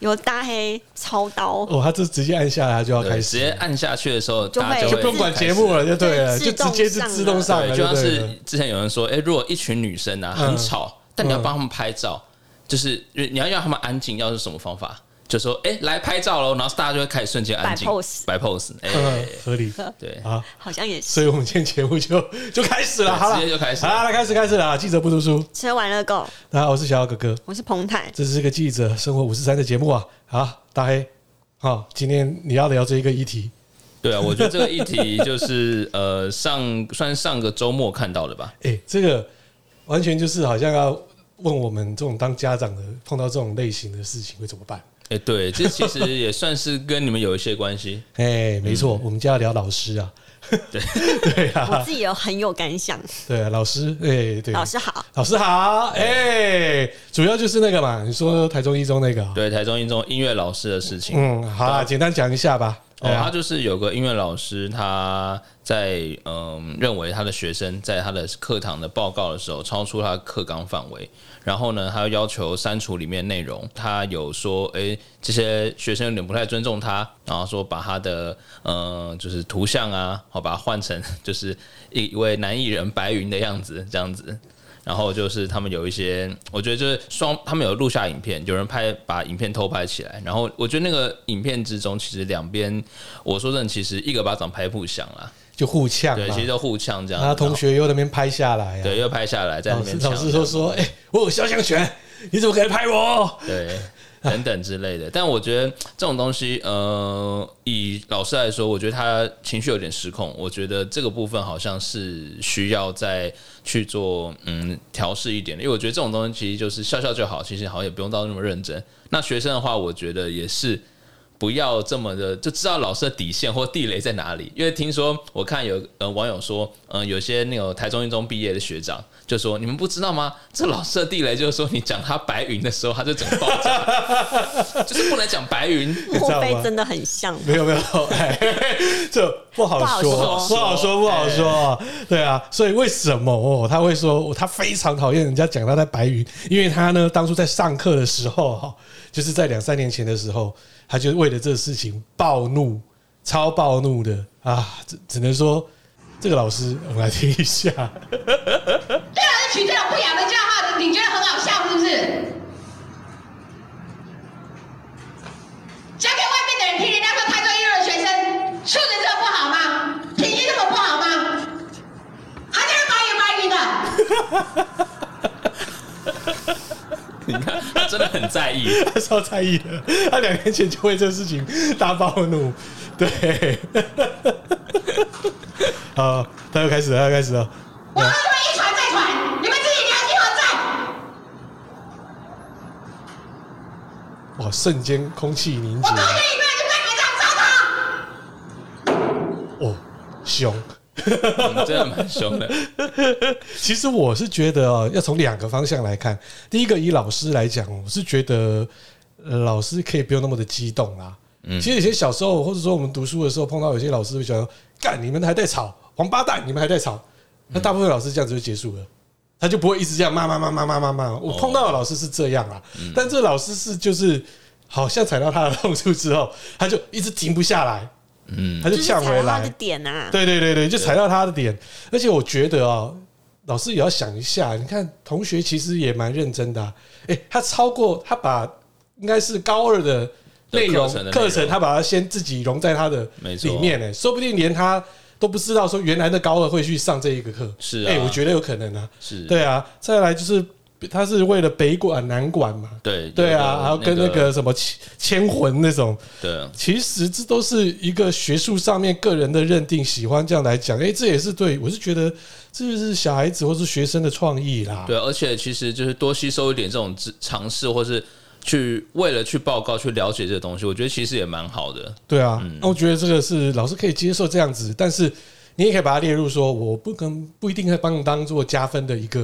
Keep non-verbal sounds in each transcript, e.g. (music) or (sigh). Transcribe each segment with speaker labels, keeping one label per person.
Speaker 1: 有大黑操刀，
Speaker 2: 哦，他就直接按下来，他就要
Speaker 3: 对，
Speaker 2: 开
Speaker 3: 直
Speaker 2: 始，
Speaker 3: 接按下去的时候，
Speaker 1: 就
Speaker 3: 大家
Speaker 1: 会
Speaker 3: 就
Speaker 2: 就
Speaker 3: 会
Speaker 2: 不用管节目了，就对了，
Speaker 1: 对
Speaker 2: 就直接是自
Speaker 1: 自
Speaker 2: 动
Speaker 1: 动
Speaker 2: 上
Speaker 1: 上
Speaker 2: 来，
Speaker 3: 对，就像
Speaker 2: 对
Speaker 3: 是
Speaker 2: 了嗯
Speaker 3: 之前有人说，哎、如果一群女生啊很吵，但你要帮她们拍照，就是因为你要让她们安静，要是什么方法？就说，哎、来拍照喽，然后大家就会开始瞬间安静，
Speaker 1: 摆 pose
Speaker 3: 摆 pose，哎、
Speaker 2: 嗯，合 (laughs) 理
Speaker 3: 对，
Speaker 2: 啊。
Speaker 1: 好像也是
Speaker 2: 所以我们今天节目就就开始了，
Speaker 3: 对
Speaker 2: 好了，
Speaker 3: 直接就开始
Speaker 2: 好了，开始开始了。啊记者不读书，
Speaker 1: 吃完了够。
Speaker 2: 大家好，我是小姚哥哥，
Speaker 1: 我是彭坦，
Speaker 2: 这是个记者生活五十三的节目啊。好，大黑，好、今天你要聊这一个议题，
Speaker 3: 对啊，我觉得这个议题就是呃上 (laughs) 算上个周末看到的吧，
Speaker 2: 哎、这个完全就是好像要问我们这种当家长的碰到这种类型的事情会怎么办？
Speaker 3: 哎、对，这其实也算是跟你们有一些关系，
Speaker 2: 哎、没错，
Speaker 3: 嗯
Speaker 2: 我们就要聊老师啊，
Speaker 3: 对
Speaker 2: 对
Speaker 1: 我
Speaker 2: 啊，
Speaker 1: 自己有很有感想。
Speaker 2: 对啊，老师，哎、对，
Speaker 1: 老师好，
Speaker 2: 老师好，哎、主要就是那个嘛，你说台中一中那个啊、
Speaker 3: 对，台中一中音乐老师的事情，
Speaker 2: 嗯，好啦，简单讲一下吧。
Speaker 3: 哦，
Speaker 2: 哎呀
Speaker 3: 他就是有个音乐老师，他在嗯认为他的学生在他的课堂的报告的时候超出他的课纲范围，然后呢，他要求删除里面内容。他有说，诶、这些学生有点不太尊重他，然后说把他的嗯、呃就是图像啊，好把它换成就是一一位男艺人白云的样子这样子。然后就是他们有一些，我觉得就是双，他们有录下影片，有人拍把影片偷拍起来，然后我觉得那个影片之中，其实两边我说真的，其实一个巴掌拍不响啦，
Speaker 2: 就互呛
Speaker 3: 对，
Speaker 2: 嘛
Speaker 3: 其实，都互呛这样子。
Speaker 2: 然后同学又在那边拍下来、啊，
Speaker 3: 然后对又拍下来在那
Speaker 2: 老师
Speaker 3: 边呛
Speaker 2: 老师说说，哎、我有肖像权，你怎么可以拍我？
Speaker 3: 对。等等之类的，但我觉得这种东西，呃，以老师来说，我觉得他情绪有点失控。我觉得这个部分好像是需要再去做，嗯，调试一点的。因为我觉得这种东西其实就是笑笑就好，其实好像也不用到那么认真。那学生的话，我觉得也是不要这么的，就知道老师的底线或地雷在哪里。因为听说我看有呃网友说，嗯、有些那个台中一中毕业的学长就说，你们不知道吗？这老师的地雷就是说，你讲他白云的时候，他就整个爆炸，就是不能讲白云。
Speaker 2: 知道吗
Speaker 1: 莫非真的很像？
Speaker 2: 没有没有，哎、 (laughs) 这不好说，
Speaker 1: 不好哎
Speaker 2: 不
Speaker 3: 说
Speaker 2: 好说，不好说。对啊，所以为什么哦，他会说哦他非常讨厌人家讲他在白云，因为他呢当初在上课的时候哈，就是在两三年前的时候，他就为了这事情暴怒，超暴怒的啊，只只能说这个老师，我们来听一下。
Speaker 4: 对啊，取这种不雅的叫号，你觉得很好笑是不是？讲给外面的人听，人家说台中一中的学生素质这么不好吗？品性这么不好吗？还在那白云白云的。
Speaker 3: 你看，他真的很在意。
Speaker 2: 他超在意的， (laughs) 他两年前就为这事情大暴怒，对， (laughs) 好，他又开始了，他又开始了，
Speaker 4: 我让你们一传再传，你们自己良心何在？
Speaker 2: 哇，瞬间空气凝
Speaker 4: 我
Speaker 2: 结
Speaker 4: 告，诉你们，你们该这样糟蹋。
Speaker 2: 哦，凶。
Speaker 3: 嗯真的蛮凶的。
Speaker 2: 其实我是觉得哦，要从两个方向来看。第一个，以老师来讲，我是觉得、呃、老师可以不用那么的激动啦。其实有些小时候，或者说我们读书的时候，碰到有些老师会觉得，干你们还在吵，王八蛋，你们还在吵。那大部分老师这样子就结束了。他就不会一直这样骂骂骂骂骂骂骂。我碰到的老师是这样啊，但这老师是就是好像踩到他的痛处之后，他就一直停不下来，嗯，他就
Speaker 1: 就是踩
Speaker 2: 呛回
Speaker 1: 到他
Speaker 2: 来
Speaker 1: 的。点啊，
Speaker 2: 对对对对，就踩到他的点。而且我觉得啊、老师也要想一下，你看同学其实也蛮认真的、啊。诶，他超过他把应该是高二的内容
Speaker 3: 对课程的内容
Speaker 2: 课程，他把它先自己融在他的
Speaker 3: 没错
Speaker 2: 里面呢、说不定连他。都不知道说原来的高二会去上这一个课，
Speaker 3: 是啊
Speaker 2: 诶，我觉得有可能啊，
Speaker 3: 是
Speaker 2: 对啊，再来就是他是为了北管南管嘛，
Speaker 3: 对
Speaker 2: 对啊，
Speaker 3: 有
Speaker 2: 然后跟那个什么千千魂那种，
Speaker 3: 对
Speaker 2: 其实这都是一个学术上面个人的认定，喜欢这样来讲，哎、这也是对我是觉得这就是小孩子或是学生的创意啦。
Speaker 3: 对，而且其实就是多吸收一点这种知尝试，或是去为了去报告去了解这个东西，我觉得其实也蛮好的。
Speaker 2: 对啊，那、我觉得这个是老师可以接受这样子，但是你也可以把它列入说，我不跟不一定会帮你当做加分的一个，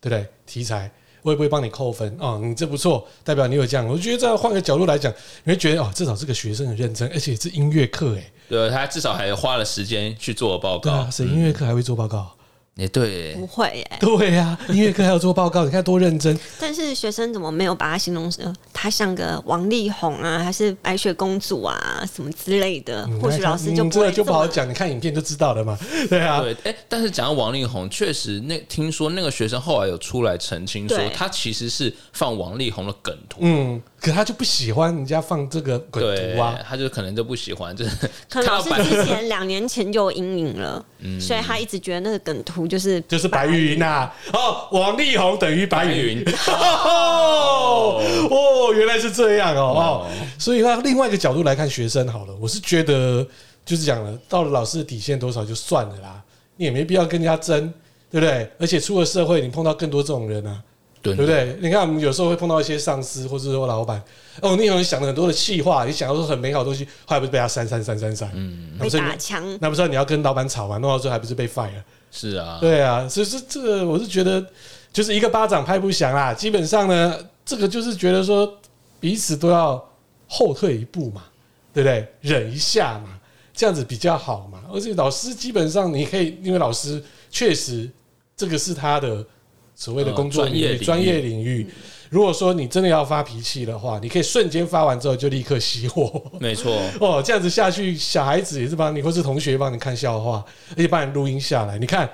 Speaker 2: 对不对？题材我也不会帮你扣分哦，你这不错，代表你有这样。我觉得这样换个角度来讲，你会觉得哦，至少这个学生很认真，而且是音乐课，哎，
Speaker 3: 对，他至少还花了时间去做报
Speaker 2: 对啊
Speaker 3: 告
Speaker 2: 啊，。谁音乐课还会做报告？
Speaker 3: 也对
Speaker 1: 不，会耶、
Speaker 2: 对呀、音乐课还要做报告，你看多认真。
Speaker 1: 但是学生怎么没有把他形容成他像个王力宏啊，还是白雪公主啊什么之类的？或许老师就
Speaker 2: 嗯
Speaker 1: 不
Speaker 2: 这
Speaker 1: 会
Speaker 2: 个就
Speaker 1: 这
Speaker 2: 不好
Speaker 1: 么
Speaker 2: 讲，你看影片就知道了嘛。对啊，
Speaker 3: 对，哎、但是讲到王力宏，确实那听说那个学生后来有出来澄清说
Speaker 1: 对，
Speaker 3: 他其实是放王力宏的梗图。
Speaker 2: 嗯，可他就不喜欢人家放这个梗
Speaker 3: 对
Speaker 2: 图啊，。
Speaker 3: 他就可能就不喜欢，就是
Speaker 1: 可能老师
Speaker 3: 看到
Speaker 1: 之前两年前就有阴影
Speaker 2: (laughs)
Speaker 1: 了，所以他一直觉得那个梗图就是
Speaker 2: 嗯就是白云呐、哦，王力宏等于白
Speaker 3: 白
Speaker 2: 云。
Speaker 3: 云，
Speaker 2: (laughs) 哦哦，原来是这样哦
Speaker 3: 哦
Speaker 2: 哦，所以那另外一个角度来看学生好了，我是觉得就是讲了，到了老师的底线多少就算了啦，你也没必要跟人家争，对不对？而且出了社会，你碰到更多这种人啊，
Speaker 3: 对
Speaker 2: 对不对？你看我们有时候会碰到一些上司或者说老板，哦，你有人想了很多的气话，你想要说很美好的东西，后来不是被他删删删删删，嗯，
Speaker 1: 被打枪。
Speaker 2: 那不知道你要跟老板吵完，弄到最后还不是被 fire？
Speaker 3: 是啊，
Speaker 2: 对啊，所以这这个我是觉得，就是一个巴掌拍不响啦。基本上呢，这个就是觉得说彼此都要后退一步嘛，对不对？忍一下嘛，这样子比较好嘛。而且老师基本上你可以，因为老师确实这个是他的所谓的
Speaker 3: 嗯
Speaker 2: 工作
Speaker 3: 专
Speaker 2: 领
Speaker 3: 业
Speaker 2: 域、
Speaker 3: 领域
Speaker 2: 专业领域。如果说你真的要发脾气的话，你可以瞬间发完之后就立刻熄火。
Speaker 3: 没错，
Speaker 2: 哦，这样子下去，小孩子也是帮你，或是同学帮你看笑话，而且帮你录音下来。你看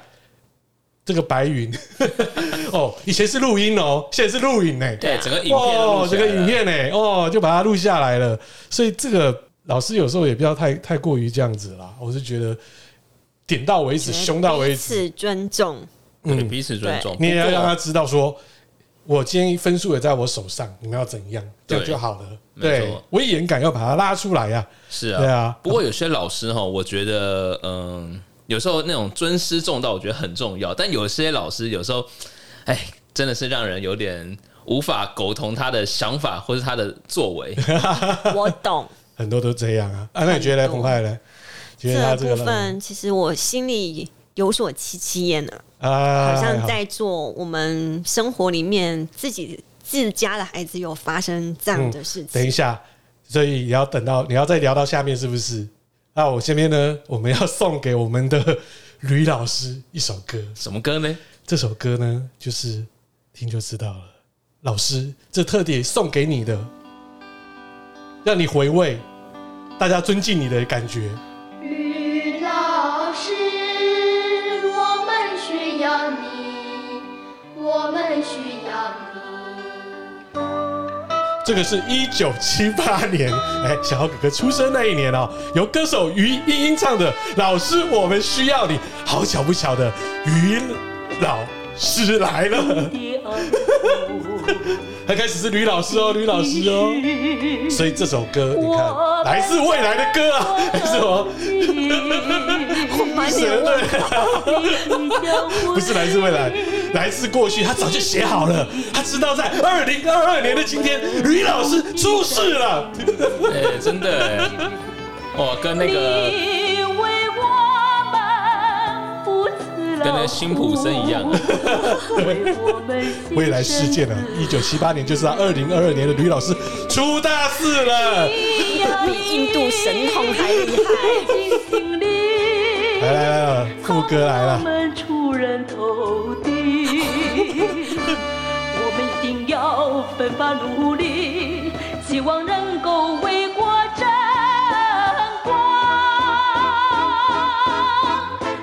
Speaker 2: 这个白云， (laughs) 哦，以前是录音哦，现在是录影呢。
Speaker 3: 对，整个影片都
Speaker 2: 哦
Speaker 3: 录，起
Speaker 2: 这
Speaker 3: 来了
Speaker 2: 个影片呢，哦，就把它录下来了。所以这个老师有时候也不要太太过于这样子啦，我是觉得点到为止，凶到为
Speaker 1: 彼
Speaker 2: 止。
Speaker 1: 此尊重，
Speaker 3: 对彼此尊重，
Speaker 2: 嗯你也要
Speaker 3: 不过
Speaker 2: 让他知道说，我今天分数也在我手上，你们要怎样，这样
Speaker 3: 对
Speaker 2: 就好了。
Speaker 3: 没
Speaker 2: 对
Speaker 3: 错，
Speaker 2: 威严感要把它拉出来呀、
Speaker 3: 是
Speaker 2: 啊。对
Speaker 3: 啊，
Speaker 2: 啊，
Speaker 3: 不过有些老师哈，我觉得嗯，有时候那种尊师重道，我觉得很重要。但有些老师有时候，哎，真的是让人有点无法苟同他的想法或是他的作
Speaker 2: (laughs)
Speaker 3: 为。
Speaker 1: 我懂
Speaker 2: 很多都这样啊。啊，那你觉得呢？
Speaker 1: 很多
Speaker 2: 澎湃呢？觉得他
Speaker 1: 这
Speaker 2: 这个
Speaker 1: 部
Speaker 2: 人
Speaker 1: 分，其实我心里有所戚戚焉啊，
Speaker 2: 啊，
Speaker 1: 好像在做我们生活里面自己自家的孩子有发生这样的事
Speaker 2: 嗯等一
Speaker 1: 情，
Speaker 2: 下，所以也要等到你要再聊到下面是不是？那我下面呢，我们要送给我们的吕老师一首歌。
Speaker 3: 什么歌呢？
Speaker 2: 这首歌呢，就是听就知道了。老师，这特点送给你的，让你回味，大家尊敬你的感觉。
Speaker 5: 吕老师，我们需要你，我们需要你。
Speaker 2: 这个是一九七八年，哎，小豪哥哥出生那一年哦，由歌手于英英唱的《老师，我们需要你》。好巧不巧的，于老师来
Speaker 4: (laughs)
Speaker 2: 了，他开始是吕老师哦，吕老师哦。
Speaker 4: (laughs)
Speaker 2: 所以这首歌，你看，来自未来的歌啊，还是什么？
Speaker 1: 我满脸
Speaker 2: 神
Speaker 1: 问
Speaker 2: 对。不是来自未来，来自过去。他早就写好了，他知道在二零二二年的今天，吕老师出世了。
Speaker 3: 哎，真的哎，哦，跟那个
Speaker 5: 你为我们父子
Speaker 3: 跟那个辛普森一样，
Speaker 2: (laughs) 未来事件呢、 (laughs) 啊？一九七八年就是他二零二二年的吕老师出大事了。
Speaker 1: 比印度神童还厉害，
Speaker 2: 来来来来，副歌来
Speaker 6: 我
Speaker 2: 了，
Speaker 6: 们出人头地，我们一定要奋发努力，希望能够为国争光，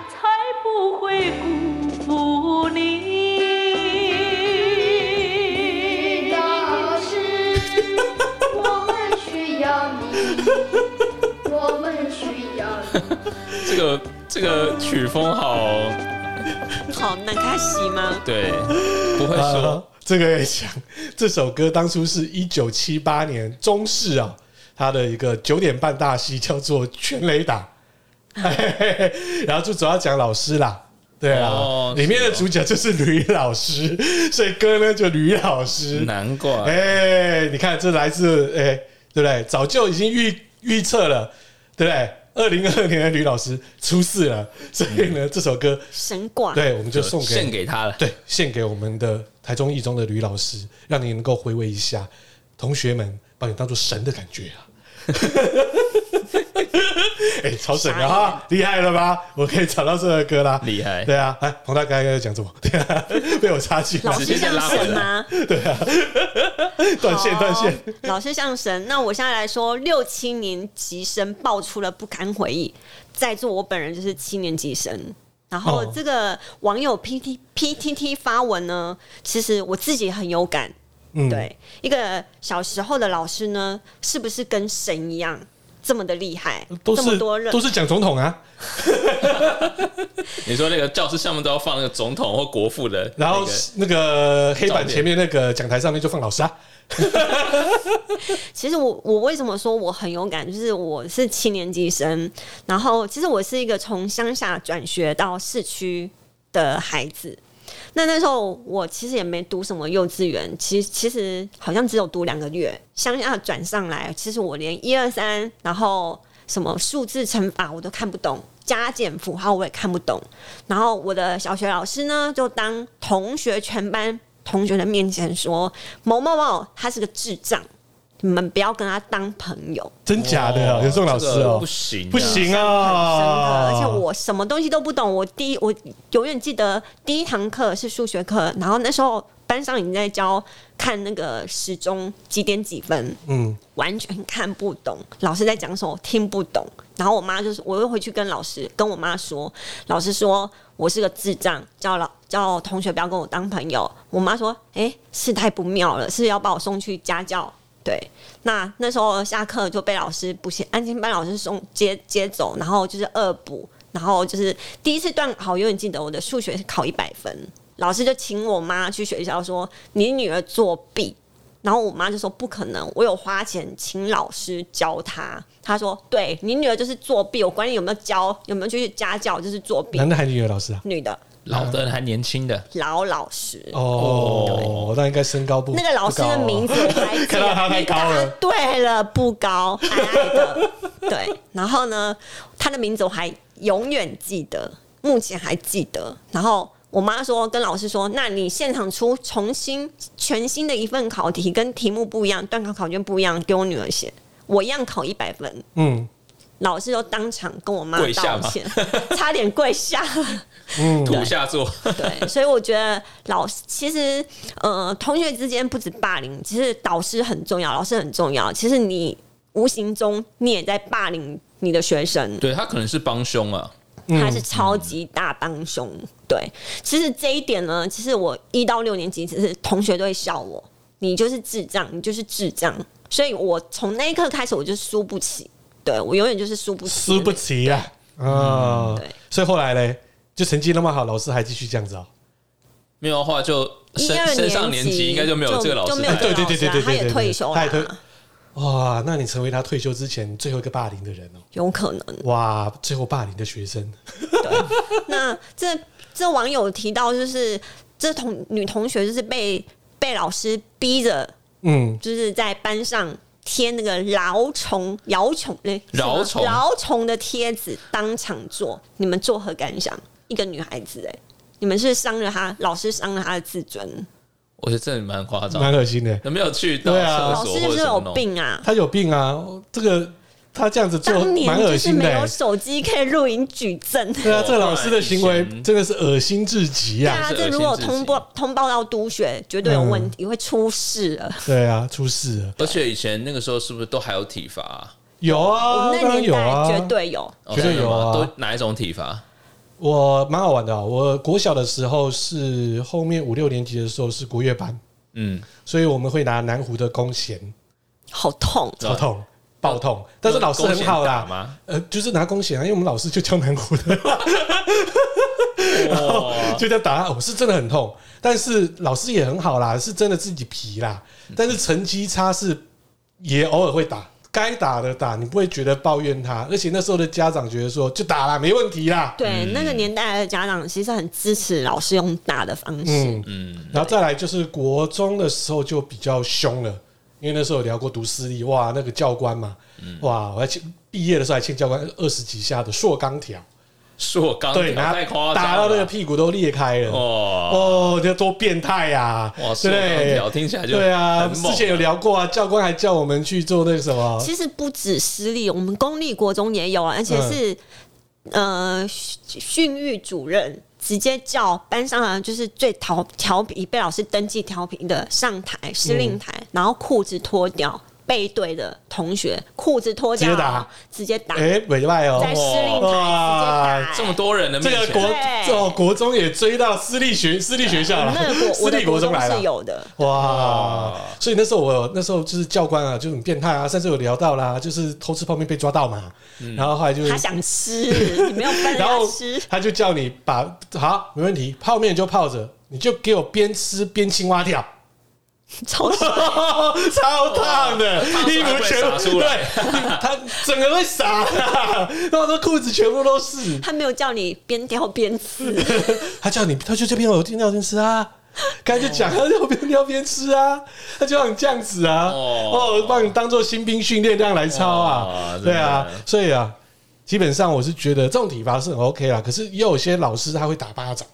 Speaker 6: 才不会辜负你。
Speaker 5: 老师，我们需要你，我们需要你。
Speaker 3: 这个这个曲风好，
Speaker 1: 好难看洗吗？
Speaker 3: 对，不会
Speaker 2: 啊
Speaker 3: 说，
Speaker 2: 这个也讲，这首歌当初是一九七八年中视啊，他的一个九点半大戏叫做《全雷打》， (laughs) 嘿嘿嘿然后就主要讲老师啦。对啊，
Speaker 3: 哦
Speaker 2: 里面的
Speaker 3: 是哦
Speaker 2: 主角就是吕老师，所以歌呢就吕老师。
Speaker 3: 难怪
Speaker 2: 哎、你看这来自哎、对不对？早就已经预预测了，对不对？二零二年的吕老师出事了，所以呢，这首歌
Speaker 1: 神卦，
Speaker 2: 对我们就送给
Speaker 3: 献给他了。
Speaker 2: 对献给我们的台中一中的吕老师，让你能够回味一下同学们把你当做神的感觉啊！ (laughs) 哎、超神的哈，厉害了吧？我可以找到这个歌啦，
Speaker 3: 厉害
Speaker 2: 对啊，哎，彭大哥在讲什么？ (laughs) 对啊，被我插进来
Speaker 1: 老，
Speaker 3: 直
Speaker 1: 师
Speaker 3: 接
Speaker 1: 像
Speaker 3: 拉回
Speaker 1: 神
Speaker 3: 来
Speaker 1: 吗？
Speaker 2: 断线
Speaker 1: 好
Speaker 2: 断线。
Speaker 1: 老师像神，那我现在来说，六七年级生爆出了不堪回忆，在座我本人就是七年级生。然后
Speaker 2: 哦
Speaker 1: 这个网友 P T P T T 发文呢，其实我自己很有感。
Speaker 2: 嗯，
Speaker 1: 对，一个小时候的老师呢，是不是跟神一样这么的厉害？
Speaker 2: 都
Speaker 1: 这么
Speaker 2: 是
Speaker 1: 多人
Speaker 2: 都是讲总统啊，
Speaker 3: 你说那个教室上面都要放那个总统或国父的那个，
Speaker 2: 然后那个黑
Speaker 3: 照
Speaker 2: 板
Speaker 3: 片
Speaker 2: 前面那个讲台上面就放老师啊，
Speaker 1: 其实我我为什么说我很有感，就是我是七年级生，然后其实我是一个从乡下转学到市区的孩子。那那时候我其实也没读什么幼稚园，其其实好像只有读两个月。乡下转上来，其实我连一二三，然后什么数字乘法我都看不懂，加减符号我也看不懂。然后我的小学老师呢，就当同学全班同学的面前说某某某他是个智障。你们不要跟他当朋友，
Speaker 2: 真假的哦，有这种老师
Speaker 3: 这个
Speaker 2: 哦
Speaker 3: 不，行啊
Speaker 2: 不行
Speaker 1: 很深刻，
Speaker 2: 啊，
Speaker 1: 而且我什么东西都不懂。我第一，我永远记得第一堂课是数学课，然后那时候班上已经在教看那个时钟几点几分，
Speaker 2: 嗯，
Speaker 1: 完全看不懂老师在讲什么，我听不懂。然后我妈就是，我又回去跟老师跟我妈说，老师说我是个智障，叫老叫同学不要跟我当朋友。我妈说，哎、事态不妙了，是要把我送去家教。对，那那时候下课就被老师补习安静班老师送接接走，然后就是恶补，然后就是第一次段考，永远记得我的数学是考一百分，老师就请我妈去学校说你女儿作弊，然后我妈就说不可能，我有花钱请老师教她，她说对你女儿就是作弊，我管你有没有教有没有去家教就是作弊
Speaker 2: 男，的还是女的老师啊？
Speaker 1: 女的
Speaker 3: 老的人还年轻的，
Speaker 1: 老老师。
Speaker 2: 哦，那应该身高不啊
Speaker 1: 那个老师的
Speaker 2: (laughs)
Speaker 1: 名字我还记得，
Speaker 2: 看到他太高了
Speaker 1: 你答对了，不高，矮矮的。对，然后呢，他的名字我还永远记得，目前还记得。然后我妈说跟老师说，那你现场出重新全新的一份考题，跟题目不一样，段考考卷不一样，给我女儿写，我一样考一百分。
Speaker 2: 不高嗯
Speaker 1: 老师就当场跟我妈
Speaker 3: 跪下
Speaker 1: 道
Speaker 3: 吗
Speaker 1: 歉，差点跪下。
Speaker 2: 嗯，
Speaker 3: 土下座，
Speaker 1: 对，所以我觉得老师其实，呃，同学之间不止霸凌，其实导师很重要，老师很重要。其实你无形中你也在霸凌你的学生，
Speaker 3: (laughs) 对他可能是帮凶啊，
Speaker 2: 嗯
Speaker 1: 他是超级大帮凶。对，其实这一点呢，其实我一到六年级，其实同学都会笑我，你就是智障，你就是智障。所以我从那一刻开始，我就输不起，对我永远就是输不起，
Speaker 2: 输不起啊啊
Speaker 1: 嗯对，
Speaker 2: 所以后来嘞，就成绩那么好，老师还继续这样子哦，
Speaker 3: 没有的话就
Speaker 1: 一
Speaker 3: 升
Speaker 1: 二
Speaker 3: 升上
Speaker 1: 年
Speaker 3: 年级应该就没有这个老
Speaker 1: 就
Speaker 3: 师
Speaker 1: 没有
Speaker 3: 在
Speaker 1: 这
Speaker 2: 对
Speaker 1: 个
Speaker 2: 对
Speaker 1: 老
Speaker 2: 对
Speaker 1: 师
Speaker 2: 对
Speaker 1: 啊
Speaker 2: 对对
Speaker 1: 他也
Speaker 2: 对
Speaker 1: 退休
Speaker 2: 他也退
Speaker 1: 了，
Speaker 2: 哇，那你成为他退休之前最后一个霸凌的人哦，
Speaker 1: 有可能。啊
Speaker 2: 哇，最后霸凌的学生，
Speaker 1: (laughs) 那这这网友提到，就是这同女同学就是被被老师逼着，
Speaker 2: 嗯，
Speaker 1: 就是在班上贴那个饶虫、饶虫、哎是吗
Speaker 3: 饶虫
Speaker 1: 饶虫的贴纸，当场做。你们作何感想？一个女孩子、哎，你们是伤了她，老师伤了她的自尊，
Speaker 3: 我觉得真的蛮夸张
Speaker 2: 蛮，恶心的，
Speaker 3: 有没有去到
Speaker 2: 对啊
Speaker 3: 厕
Speaker 1: 老师
Speaker 3: 所或
Speaker 1: 就
Speaker 3: 者
Speaker 1: 是
Speaker 3: 怎
Speaker 1: 有
Speaker 3: 么弄？
Speaker 1: 病啊！
Speaker 2: 他有病啊，这个他这样子做
Speaker 1: 当年
Speaker 2: 蛮恶
Speaker 1: 就是
Speaker 2: 心的
Speaker 1: 没有
Speaker 2: 欸。
Speaker 1: 手机可以录影举证。
Speaker 2: 对啊，这个老师的行为
Speaker 3: 不然以前
Speaker 2: 真的是恶心至极
Speaker 1: (laughs) 对
Speaker 2: 呀！
Speaker 1: 啊，
Speaker 3: 是恶
Speaker 1: 这
Speaker 3: 心
Speaker 1: 如果
Speaker 3: 自己
Speaker 1: 通报通报到督学，绝对有问
Speaker 2: 嗯
Speaker 1: 题，会出事了。
Speaker 2: 对啊，出事了，
Speaker 3: 而且以前那个时候是不是都还有体罚啊？
Speaker 2: 有啊，
Speaker 1: 我们
Speaker 2: 当
Speaker 1: 那
Speaker 2: 然
Speaker 1: 年
Speaker 2: 有
Speaker 1: 代
Speaker 2: 啊，
Speaker 1: 绝对有，
Speaker 3: 哦
Speaker 2: 绝对
Speaker 3: 真的吗
Speaker 2: 有啊
Speaker 3: 都哪一种体罚？
Speaker 2: 我蛮好玩的、哦。我国小的时候是后面五六年级的时候是国乐班，
Speaker 3: 嗯，
Speaker 2: 所以我们会拿南湖的弓弦，
Speaker 1: 好痛。
Speaker 2: 超痛。爆痛，但是老师很好
Speaker 3: 弓弦打
Speaker 2: 啦
Speaker 3: 吗，
Speaker 2: 呃，就是拿弓弦啊，因为我们老师就教南湖的，
Speaker 3: 哇，
Speaker 2: (laughs) 就在打，哦我是真的很痛，但是老师也很好啦，是真的自己皮啦，但是成绩差是也偶尔会打，该打的打，你不会觉得抱怨他，而且那时候的家长觉得说就打啦，没问题啦，
Speaker 1: 对，那个年代的家长其实很支持老师用打的方式。
Speaker 2: 嗯嗯，然后再来就是国中的时候就比较凶了，因为那时候有聊过读私立，哇，
Speaker 3: 嗯
Speaker 2: 那个教官嘛，哇，我还欠毕业的时候还欠教官二十几下的塑钢条，
Speaker 3: 是我刚
Speaker 2: 对，然
Speaker 3: 太
Speaker 2: 后
Speaker 3: 夸张了
Speaker 2: 打到那个屁股都裂开了。
Speaker 3: 哦，
Speaker 2: 哦，这多变态呀！
Speaker 3: 哇
Speaker 2: 对不
Speaker 3: 塑
Speaker 2: 对
Speaker 3: 料条？听起来就
Speaker 2: 对啊，
Speaker 3: 很猛
Speaker 2: 之前有聊过啊，教官还叫我们去做那个什么，
Speaker 1: 其实不止私立，我们公立国中也有啊，而且是、
Speaker 2: 嗯
Speaker 1: 呃训训育主任直接叫班上啊，就是最调调皮被老师登记调皮的上台司令台，
Speaker 2: 嗯
Speaker 1: 然后裤子脱掉。背对的同学，裤子脱掉
Speaker 2: 直接打，
Speaker 1: 直接打，
Speaker 2: 哎，委外哦，
Speaker 1: 在司令台直接
Speaker 2: 哇
Speaker 1: 打，
Speaker 3: 这么多人的
Speaker 2: 这
Speaker 3: 面
Speaker 2: 个
Speaker 3: 前，
Speaker 2: 国
Speaker 1: 对
Speaker 2: 哦国中也追到私立学私立学校了，
Speaker 1: 那个国
Speaker 2: 私
Speaker 1: 我
Speaker 2: 立
Speaker 1: 的
Speaker 2: 国
Speaker 1: 国
Speaker 2: 中
Speaker 1: 中
Speaker 2: 来了
Speaker 1: 是。有的，
Speaker 2: 哇
Speaker 3: 哇！
Speaker 2: 所以那时候我有那时候就是教官啊，就很变态啊，上次有聊到啦，就是偷吃泡面被抓到嘛，
Speaker 3: 嗯
Speaker 2: 然后后来就是
Speaker 1: 他想吃，
Speaker 2: (laughs)
Speaker 1: 你没有办
Speaker 2: 然
Speaker 1: 法
Speaker 2: 后
Speaker 1: 吃，
Speaker 2: 他就叫你把好没问题，泡面就泡着，你就给我边吃边青蛙跳。
Speaker 1: 超爽
Speaker 2: (laughs) 超烫的，衣服全
Speaker 3: 会洒出来
Speaker 2: 对，他整个会洒、啊，然后 (laughs) 他裤子全部都是。
Speaker 1: 他没有叫你边跳边吃，
Speaker 2: 他叫你，他就这边有边尿边吃啊，刚才就讲，他就边尿边吃啊，他就让你这样子啊，
Speaker 3: 哦
Speaker 2: 哦，把你当做新兵训练这样来操
Speaker 3: 哇
Speaker 2: 啊
Speaker 3: 真，的
Speaker 2: 对啊，所以啊，基本上我是觉得这种体罚是很 OK 啊啦，可是也有些老师他会打巴掌，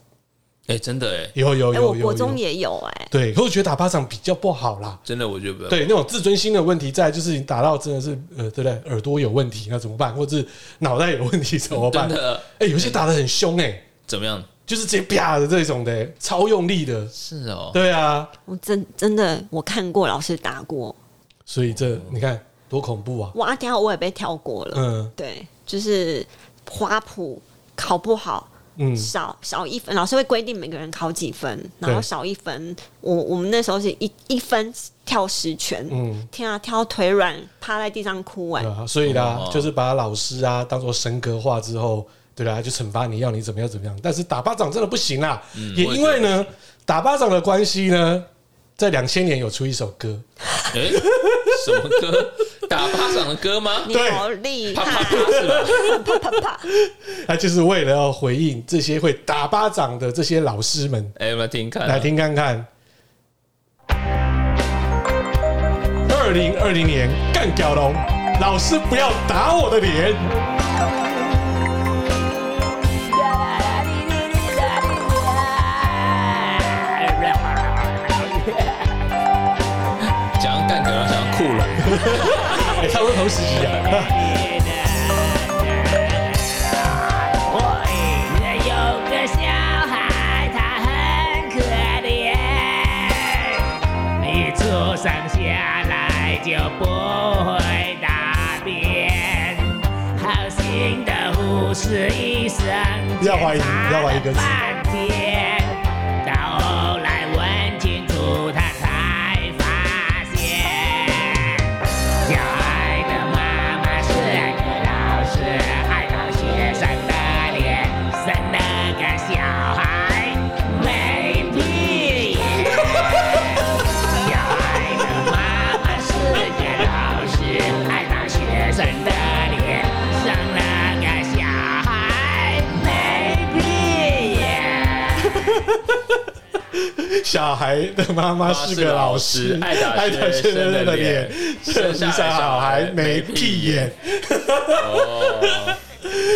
Speaker 3: 哎，真的哎，
Speaker 2: 有有
Speaker 1: 哎、
Speaker 2: 有
Speaker 1: 我
Speaker 2: 有
Speaker 1: 国中
Speaker 2: 有
Speaker 1: 也有哎、
Speaker 2: 对，可我觉得打巴掌比较不好啦。
Speaker 3: 真的我觉得
Speaker 2: 对，那种自尊心的问题在，就是你打到真的是呃，对不对？耳朵有问题，那怎么办？或者是脑袋有问题怎么办
Speaker 3: (laughs) 真？的
Speaker 2: 哎、有些打的很凶哎、
Speaker 3: 怎么样？
Speaker 2: 就是直接啪的这种的、超用力的。
Speaker 3: 是哦，
Speaker 2: 对啊，
Speaker 1: 我真真的我看过老师打过，
Speaker 2: 所以这你看多恐
Speaker 1: (laughs)
Speaker 2: 怖啊！
Speaker 1: 蛙跳我也被跳过了，
Speaker 2: 嗯
Speaker 1: 对，就是花圃考不好。
Speaker 2: 嗯，
Speaker 1: 少少一分，老师会规定每个人考几分，然后
Speaker 2: 对
Speaker 1: 少一分。我我们那时候是一一分跳十圈，
Speaker 2: 嗯
Speaker 1: 天啊，跳到腿软，趴在地上哭哎、
Speaker 2: 对啊，所以啦
Speaker 3: 哦，
Speaker 2: 就是把老师啊当做神格化之后，对啦、就惩罚你，要你怎么样怎么样。但是打巴掌真的不行啦，也因为呢，打巴掌的关系呢，在两千年有出一首歌，
Speaker 3: 哎，什么歌？打巴掌的歌吗？
Speaker 1: 你
Speaker 2: 对
Speaker 1: 好厉
Speaker 3: 啪
Speaker 1: 害，
Speaker 3: 啪啪是吧？
Speaker 1: 啪啪啪！
Speaker 2: 他就是为了要回应这些会打巴掌的这些老师们，
Speaker 3: 哎，我们听看啊
Speaker 2: 来听看看。二零二零年干屌龙，老师不要打我的脸。
Speaker 3: 想要干梗，想要酷了。
Speaker 2: 哎， (laughs) 差不多同时期啊，
Speaker 7: 有个小孩，他很可怜，一出生下来就不会大便，好心的护士医生
Speaker 2: 要怀疑要怀疑歌词
Speaker 7: 半天，到后来问清楚，他才发现。小孩的妈妈是个老师，爱到学生的脸，生了个小孩没
Speaker 2: (laughs) 小孩的妈妈是个老师，(laughs) 学生
Speaker 3: 啊妈是老师爱打学生的脸
Speaker 7: 屁眼。小孩的妈妈是个老师，爱到学生的脸，生了个小孩没屁眼。
Speaker 2: 下来小孩没屁眼。
Speaker 3: 哦
Speaker 2: (laughs)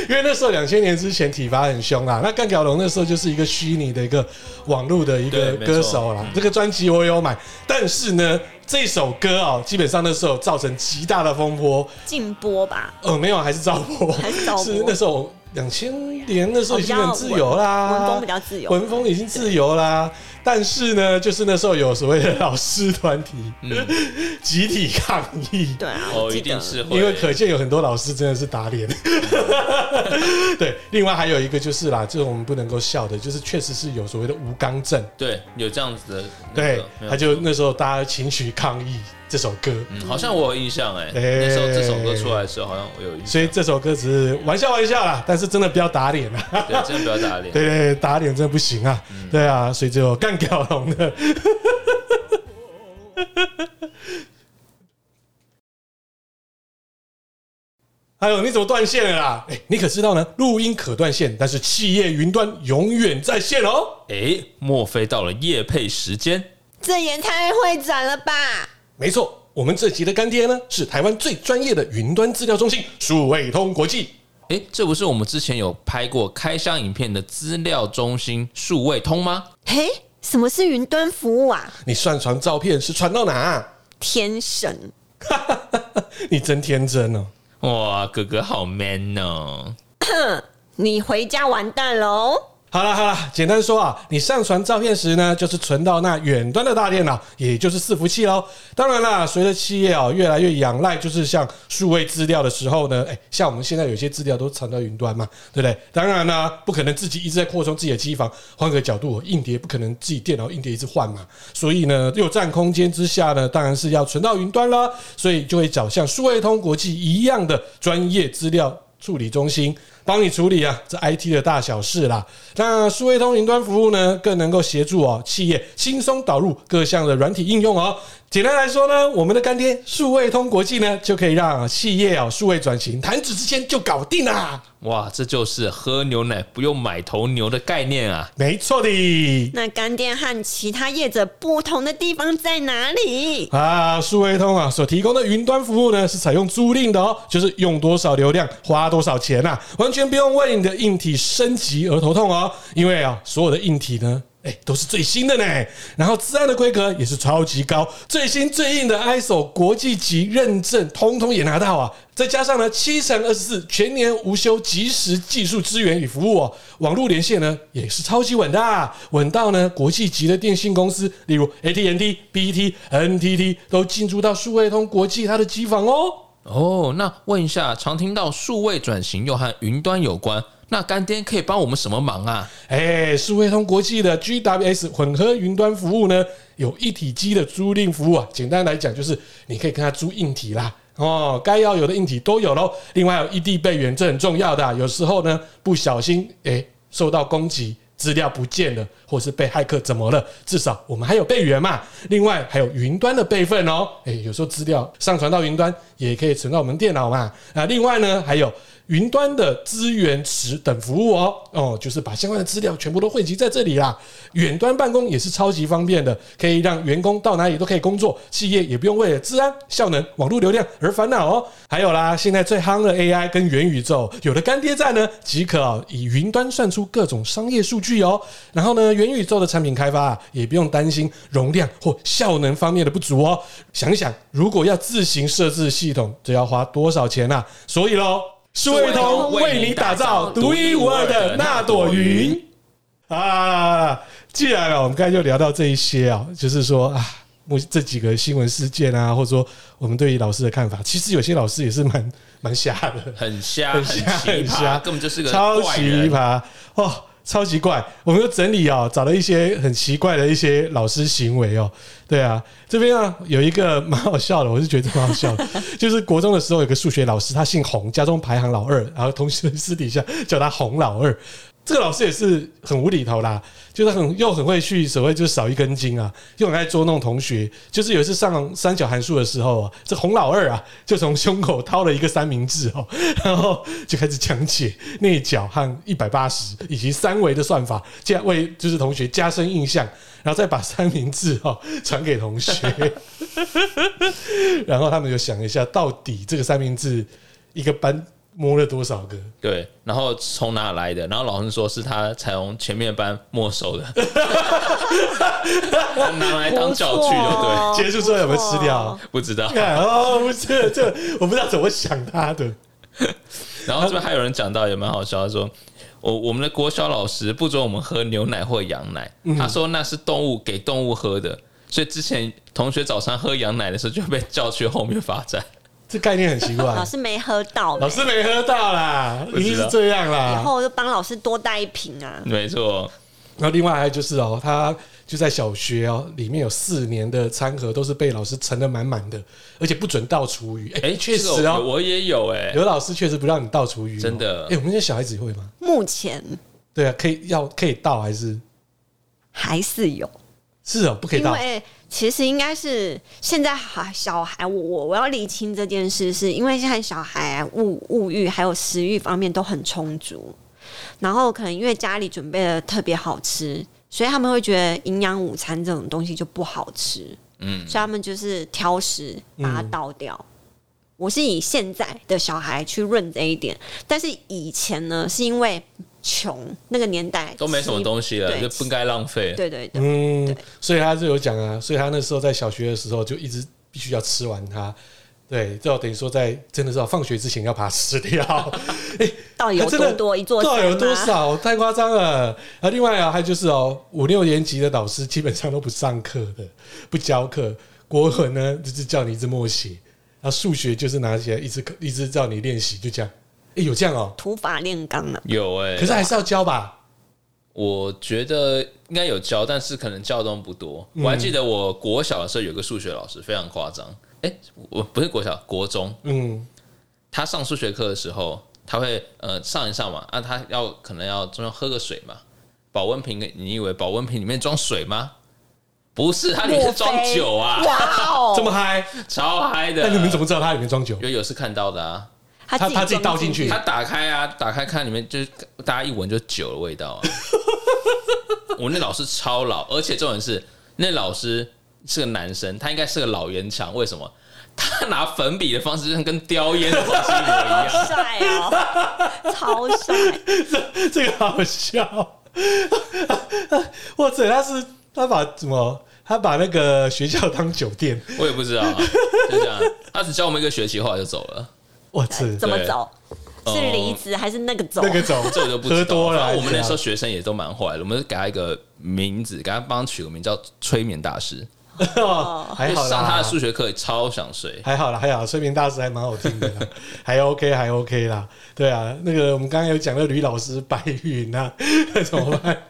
Speaker 2: 因为那时候两千年之前体罚很凶啊，那干屌龙那时候就是一个虚拟的一个网络的一个
Speaker 3: 对没错嗯
Speaker 2: 歌手啦。这个专辑我有买，但是呢，这首歌哦，基本上那时候造成极大的风波。
Speaker 1: 禁播吧，
Speaker 2: 呃，没有，还是照播，
Speaker 1: 还是照播
Speaker 2: 那时候两千年那时候已经很自由啦，
Speaker 1: 哦比较文文风比较自由
Speaker 2: 文风已经自由啦。但是呢，就是那时候有所谓的老师团体、
Speaker 3: 嗯
Speaker 2: 集体抗议，
Speaker 1: 对啊，
Speaker 3: 哦，
Speaker 1: 我记
Speaker 3: 一定
Speaker 1: 得
Speaker 3: 是会，
Speaker 2: 因为可见有很多老师真的是打脸。 (laughs) 对，另外还有一个就是啦，就是我们不能够笑的，就是确实是有所谓的无刚症。
Speaker 3: 对有这样子的那个，
Speaker 2: 对，
Speaker 3: 没有
Speaker 2: 他就那时候大家情绪抗议这首歌，
Speaker 3: 嗯好像我有印象哎，
Speaker 2: 哎
Speaker 3: 那时候这首歌出来的时候，好像我有印象，
Speaker 2: 所以这首歌只是玩笑玩笑啦，但是真的不要打脸啊啦。
Speaker 3: 对，真的不要打脸。
Speaker 2: 对对对，打脸真的不行啊！对啊，所以就干掉龙的。 (laughs) 哎呦，你怎么断线了啦？哎、你可知道呢？录音可断线，但是企业云端永远在线哦。
Speaker 3: 哎，莫非到了夜配时间？
Speaker 1: 这也太会展了吧？
Speaker 2: 没错，我们这集的干爹呢是台湾最专业的云端资料中心——数位通国际。
Speaker 3: 哎，这不是我们之前有拍过开箱影片的资料中心数位通吗？
Speaker 1: 嘿，什么是云端服务啊？
Speaker 2: 你上传照片是传到哪、
Speaker 1: 天神，
Speaker 2: 你真天真哦！
Speaker 3: 哇，哥哥好 man 哦！
Speaker 1: 你回家完蛋喽！
Speaker 2: 好了好了，简单说啊，你上传照片时呢，就是存到那远端的大电脑，也就是伺服器喽。哦当然啦，随着企业啊越来越仰赖，就是像数位资料的时候呢，哎、像我们现在有些资料都藏到云端嘛，对不对？当然啦、不可能自己一直在扩充自己的机房。换个角度，硬碟不可能自己电脑硬碟一直换嘛，所以呢，又占空间之下呢，当然是要存到云端啦。所以就会找像数位通国际一样的专业资料处理中心，帮你处理啊这 IT 的大小事啦。那数位通云端服务呢，更能够协助哦企业轻松导入各项的软体应用哦。简单来说呢，我们的干爹数位通国际呢，就可以让企业哦数位转型弹指之间就搞定啦。
Speaker 3: 哇，这就是喝牛奶不用买头牛的概念啊！
Speaker 2: 没错的。
Speaker 1: 那干爹和其他业者不同的地方在哪里？
Speaker 2: 啊，数位通啊所提供的云端服务呢，是采用租赁的哦，就是用多少流量花多少钱呐、完全不用为你的硬体升级而头痛哦，因为啊，所有的硬体呢。哎，都是最新的呢，然后自安的规格也是超级高，最新最硬的 ISO 国际级认证，通通也拿到啊！再加上呢，七乘二十四全年无休，及时技术支援与服务哦，网络连线呢也是超级稳的、啊，稳到呢国际级的电信公司，例如 AT&T、BT、NTT 都进驻到数位通国际它的机房哦。
Speaker 3: 哦，那问一下，常听到数位转型又和云端有关，那干爹可以帮我们什么忙啊？
Speaker 2: 哎，数位通国际的 GWS 混合云端服务呢，有一体机的租赁服务啊。简单来讲，就是你可以跟他租硬体啦。哦，该要有的硬体都有喽。另外还有异地备援，这很重要的啊、有时候呢，不小心哎受到攻击，资料不见了，或是被骇客怎么了，至少我们还有备援嘛。另外还有云端的备份哦，哎，有时候资料上传到云端也可以存到我们电脑嘛。啊，另外呢还有。云端的资源池等服务哦，哦，就是把相关的资料全部都汇集在这里啦。远端办公也是超级方便的，可以让员工到哪里都可以工作，企业也不用为了治安、效能、网络流量而烦恼哦。还有啦，现在最夯的 AI 跟元宇宙，有的干爹在呢，即可啊以云端算出各种商业数据哦。然后呢，元宇宙的产品开发啊，也不用担心容量或效能方面的不足哦。想一想，如果要自行设置系统，这要花多少钱啊？所以喽。数位通为你打造独一无二的那朵云啊！既然啊，我们刚才就聊到这一些啊，就是说啊，目这几个新闻事件啊，或者说我们对于老师的看法，其实有些老师也是蛮蛮瞎的，
Speaker 3: 很瞎，
Speaker 2: 很
Speaker 3: 奇
Speaker 2: 瞎很瞎
Speaker 3: 葩，根本就是个
Speaker 2: 超
Speaker 3: 怪
Speaker 2: 奇
Speaker 3: 人。
Speaker 2: 葩哦，超级怪。我们就整理啊、找了一些很奇怪的一些老师行为哦。对啊，这边啊有一个蛮好笑的，我是觉得蛮好
Speaker 3: (laughs)
Speaker 2: 笑的，就是国中的时候有个数学老师，他姓洪，家中排行老二，然后同学私底下叫他洪老二。这个老师也是很无厘头啦，就是很又很会去所谓就是少一根筋啊，又很爱捉弄同学。就是有一次上三角函数的时候啊，这洪老二啊就从胸口掏了一个三明治哦， (laughs) 然后就开始讲解内角和一百八十以及三维的算法，加为就是同学加深印象，然后再把三明治哦 (laughs) 传给同学，然后他们就想一下，到底这个三明治一个班摸了多少个？
Speaker 3: 对，然后从哪来的？然后老师说是他才从前面班
Speaker 2: (laughs)
Speaker 3: 没收的，拿来当教具
Speaker 1: 不
Speaker 3: 的，
Speaker 1: 错
Speaker 2: 结束之后有没有吃掉？
Speaker 3: 对，不知道。
Speaker 2: 看哦，不是这，我不知道怎么想他的。
Speaker 3: 然后这边还有人讲到也蛮好笑，他说我我们的国小老师不准我们喝牛奶或羊奶，
Speaker 2: 嗯
Speaker 3: 他说那是动物给动物喝的，所以之前同学早上喝羊奶的时候就被叫去后面罚
Speaker 2: (laughs)
Speaker 3: 站。
Speaker 2: 这概念很奇怪，
Speaker 1: 老师没喝到，
Speaker 2: 老师啊没喝到啦，
Speaker 3: 不知道
Speaker 2: 一定是这样
Speaker 1: 以
Speaker 2: 啦。
Speaker 1: 后就帮老师多带一瓶啊。
Speaker 3: 没错，
Speaker 2: 然后另外还有就是哦，他就在小学哦，里面有四年的餐盒都是被老师盛得满满的，而且不准倒厨余。哎、
Speaker 3: 哎，
Speaker 2: 确
Speaker 3: 这
Speaker 2: 实
Speaker 3: 个我
Speaker 2: 哦，
Speaker 3: 我也有哎、
Speaker 2: 有老师确实不让你倒厨余哦，
Speaker 3: 真的
Speaker 2: 哎、我们这些小孩子会吗？
Speaker 1: 目前
Speaker 2: 对啊，可以要可以倒还是
Speaker 1: 还是有，
Speaker 2: 是哦，不可以
Speaker 1: 因
Speaker 2: 倒。
Speaker 1: 为其实应该是现在孩小孩，我我我要理清这件事是，因为现在小孩物物欲还有食欲方面都很充足，然后可能因为家里准备的特别好吃，所以他们会觉得营养午餐这种东西就不好吃，
Speaker 3: 嗯
Speaker 1: 所以他们就是挑食把它倒掉。我是以现在的小孩去润这一点，但是以前呢，是因为穷那个年代
Speaker 3: 都没什么东西了，
Speaker 1: 对
Speaker 3: 就不应该浪费。
Speaker 1: 对对对，
Speaker 2: 嗯，所以他就有讲啊，所以他那时候在小学的时候就一直必须要吃完它，对，就等于说在真的是要放学之前要把它吃
Speaker 1: (laughs)
Speaker 2: 掉。哎、
Speaker 1: 到底有
Speaker 2: 他真的
Speaker 1: 多多一座山啊吗
Speaker 2: 到底有多少？太夸张了。那另外啊，还有就是哦，五六年级的导师基本上都不上课的，不教课。国文呢，就是叫你一直默写；然后数学就是拿起来一直一直叫你练习，就这样。哎、有这样哦，
Speaker 1: 土法炼钢啊，
Speaker 3: 有哎、
Speaker 2: 可是还是要教吧。
Speaker 3: 我觉得应该有教，但是可能教的东西不多。
Speaker 2: 嗯
Speaker 3: 我还记得我国小的时候有个数学老师非常夸张，哎、我不是国小，国中，
Speaker 2: 嗯，
Speaker 3: 他上数学课的时候，他会呃上一上嘛，啊，他要可能要中间喝个水嘛，保温瓶，你以为保温瓶里面装水吗？不是，它里面装酒啊，
Speaker 1: 哇
Speaker 2: 这
Speaker 1: 哦，
Speaker 2: 么嗨，
Speaker 3: 超嗨的。
Speaker 2: 那你们怎么知道它里面装酒
Speaker 3: 因？为有是看到的啊？
Speaker 1: 他
Speaker 2: 他他自己倒
Speaker 1: 装
Speaker 2: 进去
Speaker 3: 他打开啊，打开看里面就是大家一闻就酒的味道
Speaker 2: (laughs)
Speaker 3: 啊。我那老师超老，而且重点是那老师是个男生，他应该是个老烟枪。为什么？他拿粉笔的方式就像跟叼烟的方式一模一样。
Speaker 1: 好帅哦，超帅！
Speaker 2: (laughs) 这个好笑， (laughs) 哇塞，他是他把什么？他把那个学校当酒店，
Speaker 3: 我也不知道、
Speaker 2: (laughs)
Speaker 3: 啊，就这样。他只教我们一个学期，后来就走了。
Speaker 2: 哇塞，
Speaker 1: 哎怎么
Speaker 3: 对
Speaker 1: 走？是离职还是那个走？
Speaker 2: 哦那个走，
Speaker 3: 这我就不知道。
Speaker 2: 喝多了
Speaker 3: 反
Speaker 2: 还
Speaker 3: 正
Speaker 2: 是啊。
Speaker 3: 我们那时候学生也都蛮坏的，我们就给他一个名字，给他帮他取个名叫“催眠大师
Speaker 2: 哦还”。好啦，
Speaker 3: 上他的数学课超想睡。
Speaker 2: 还好啦，还好，催眠大师还蛮好听的啦， (laughs) 还 OK，还 OK 啦。对啊，那个我们刚刚有讲到吕老师白云啊， (laughs) 那怎么办？ (laughs)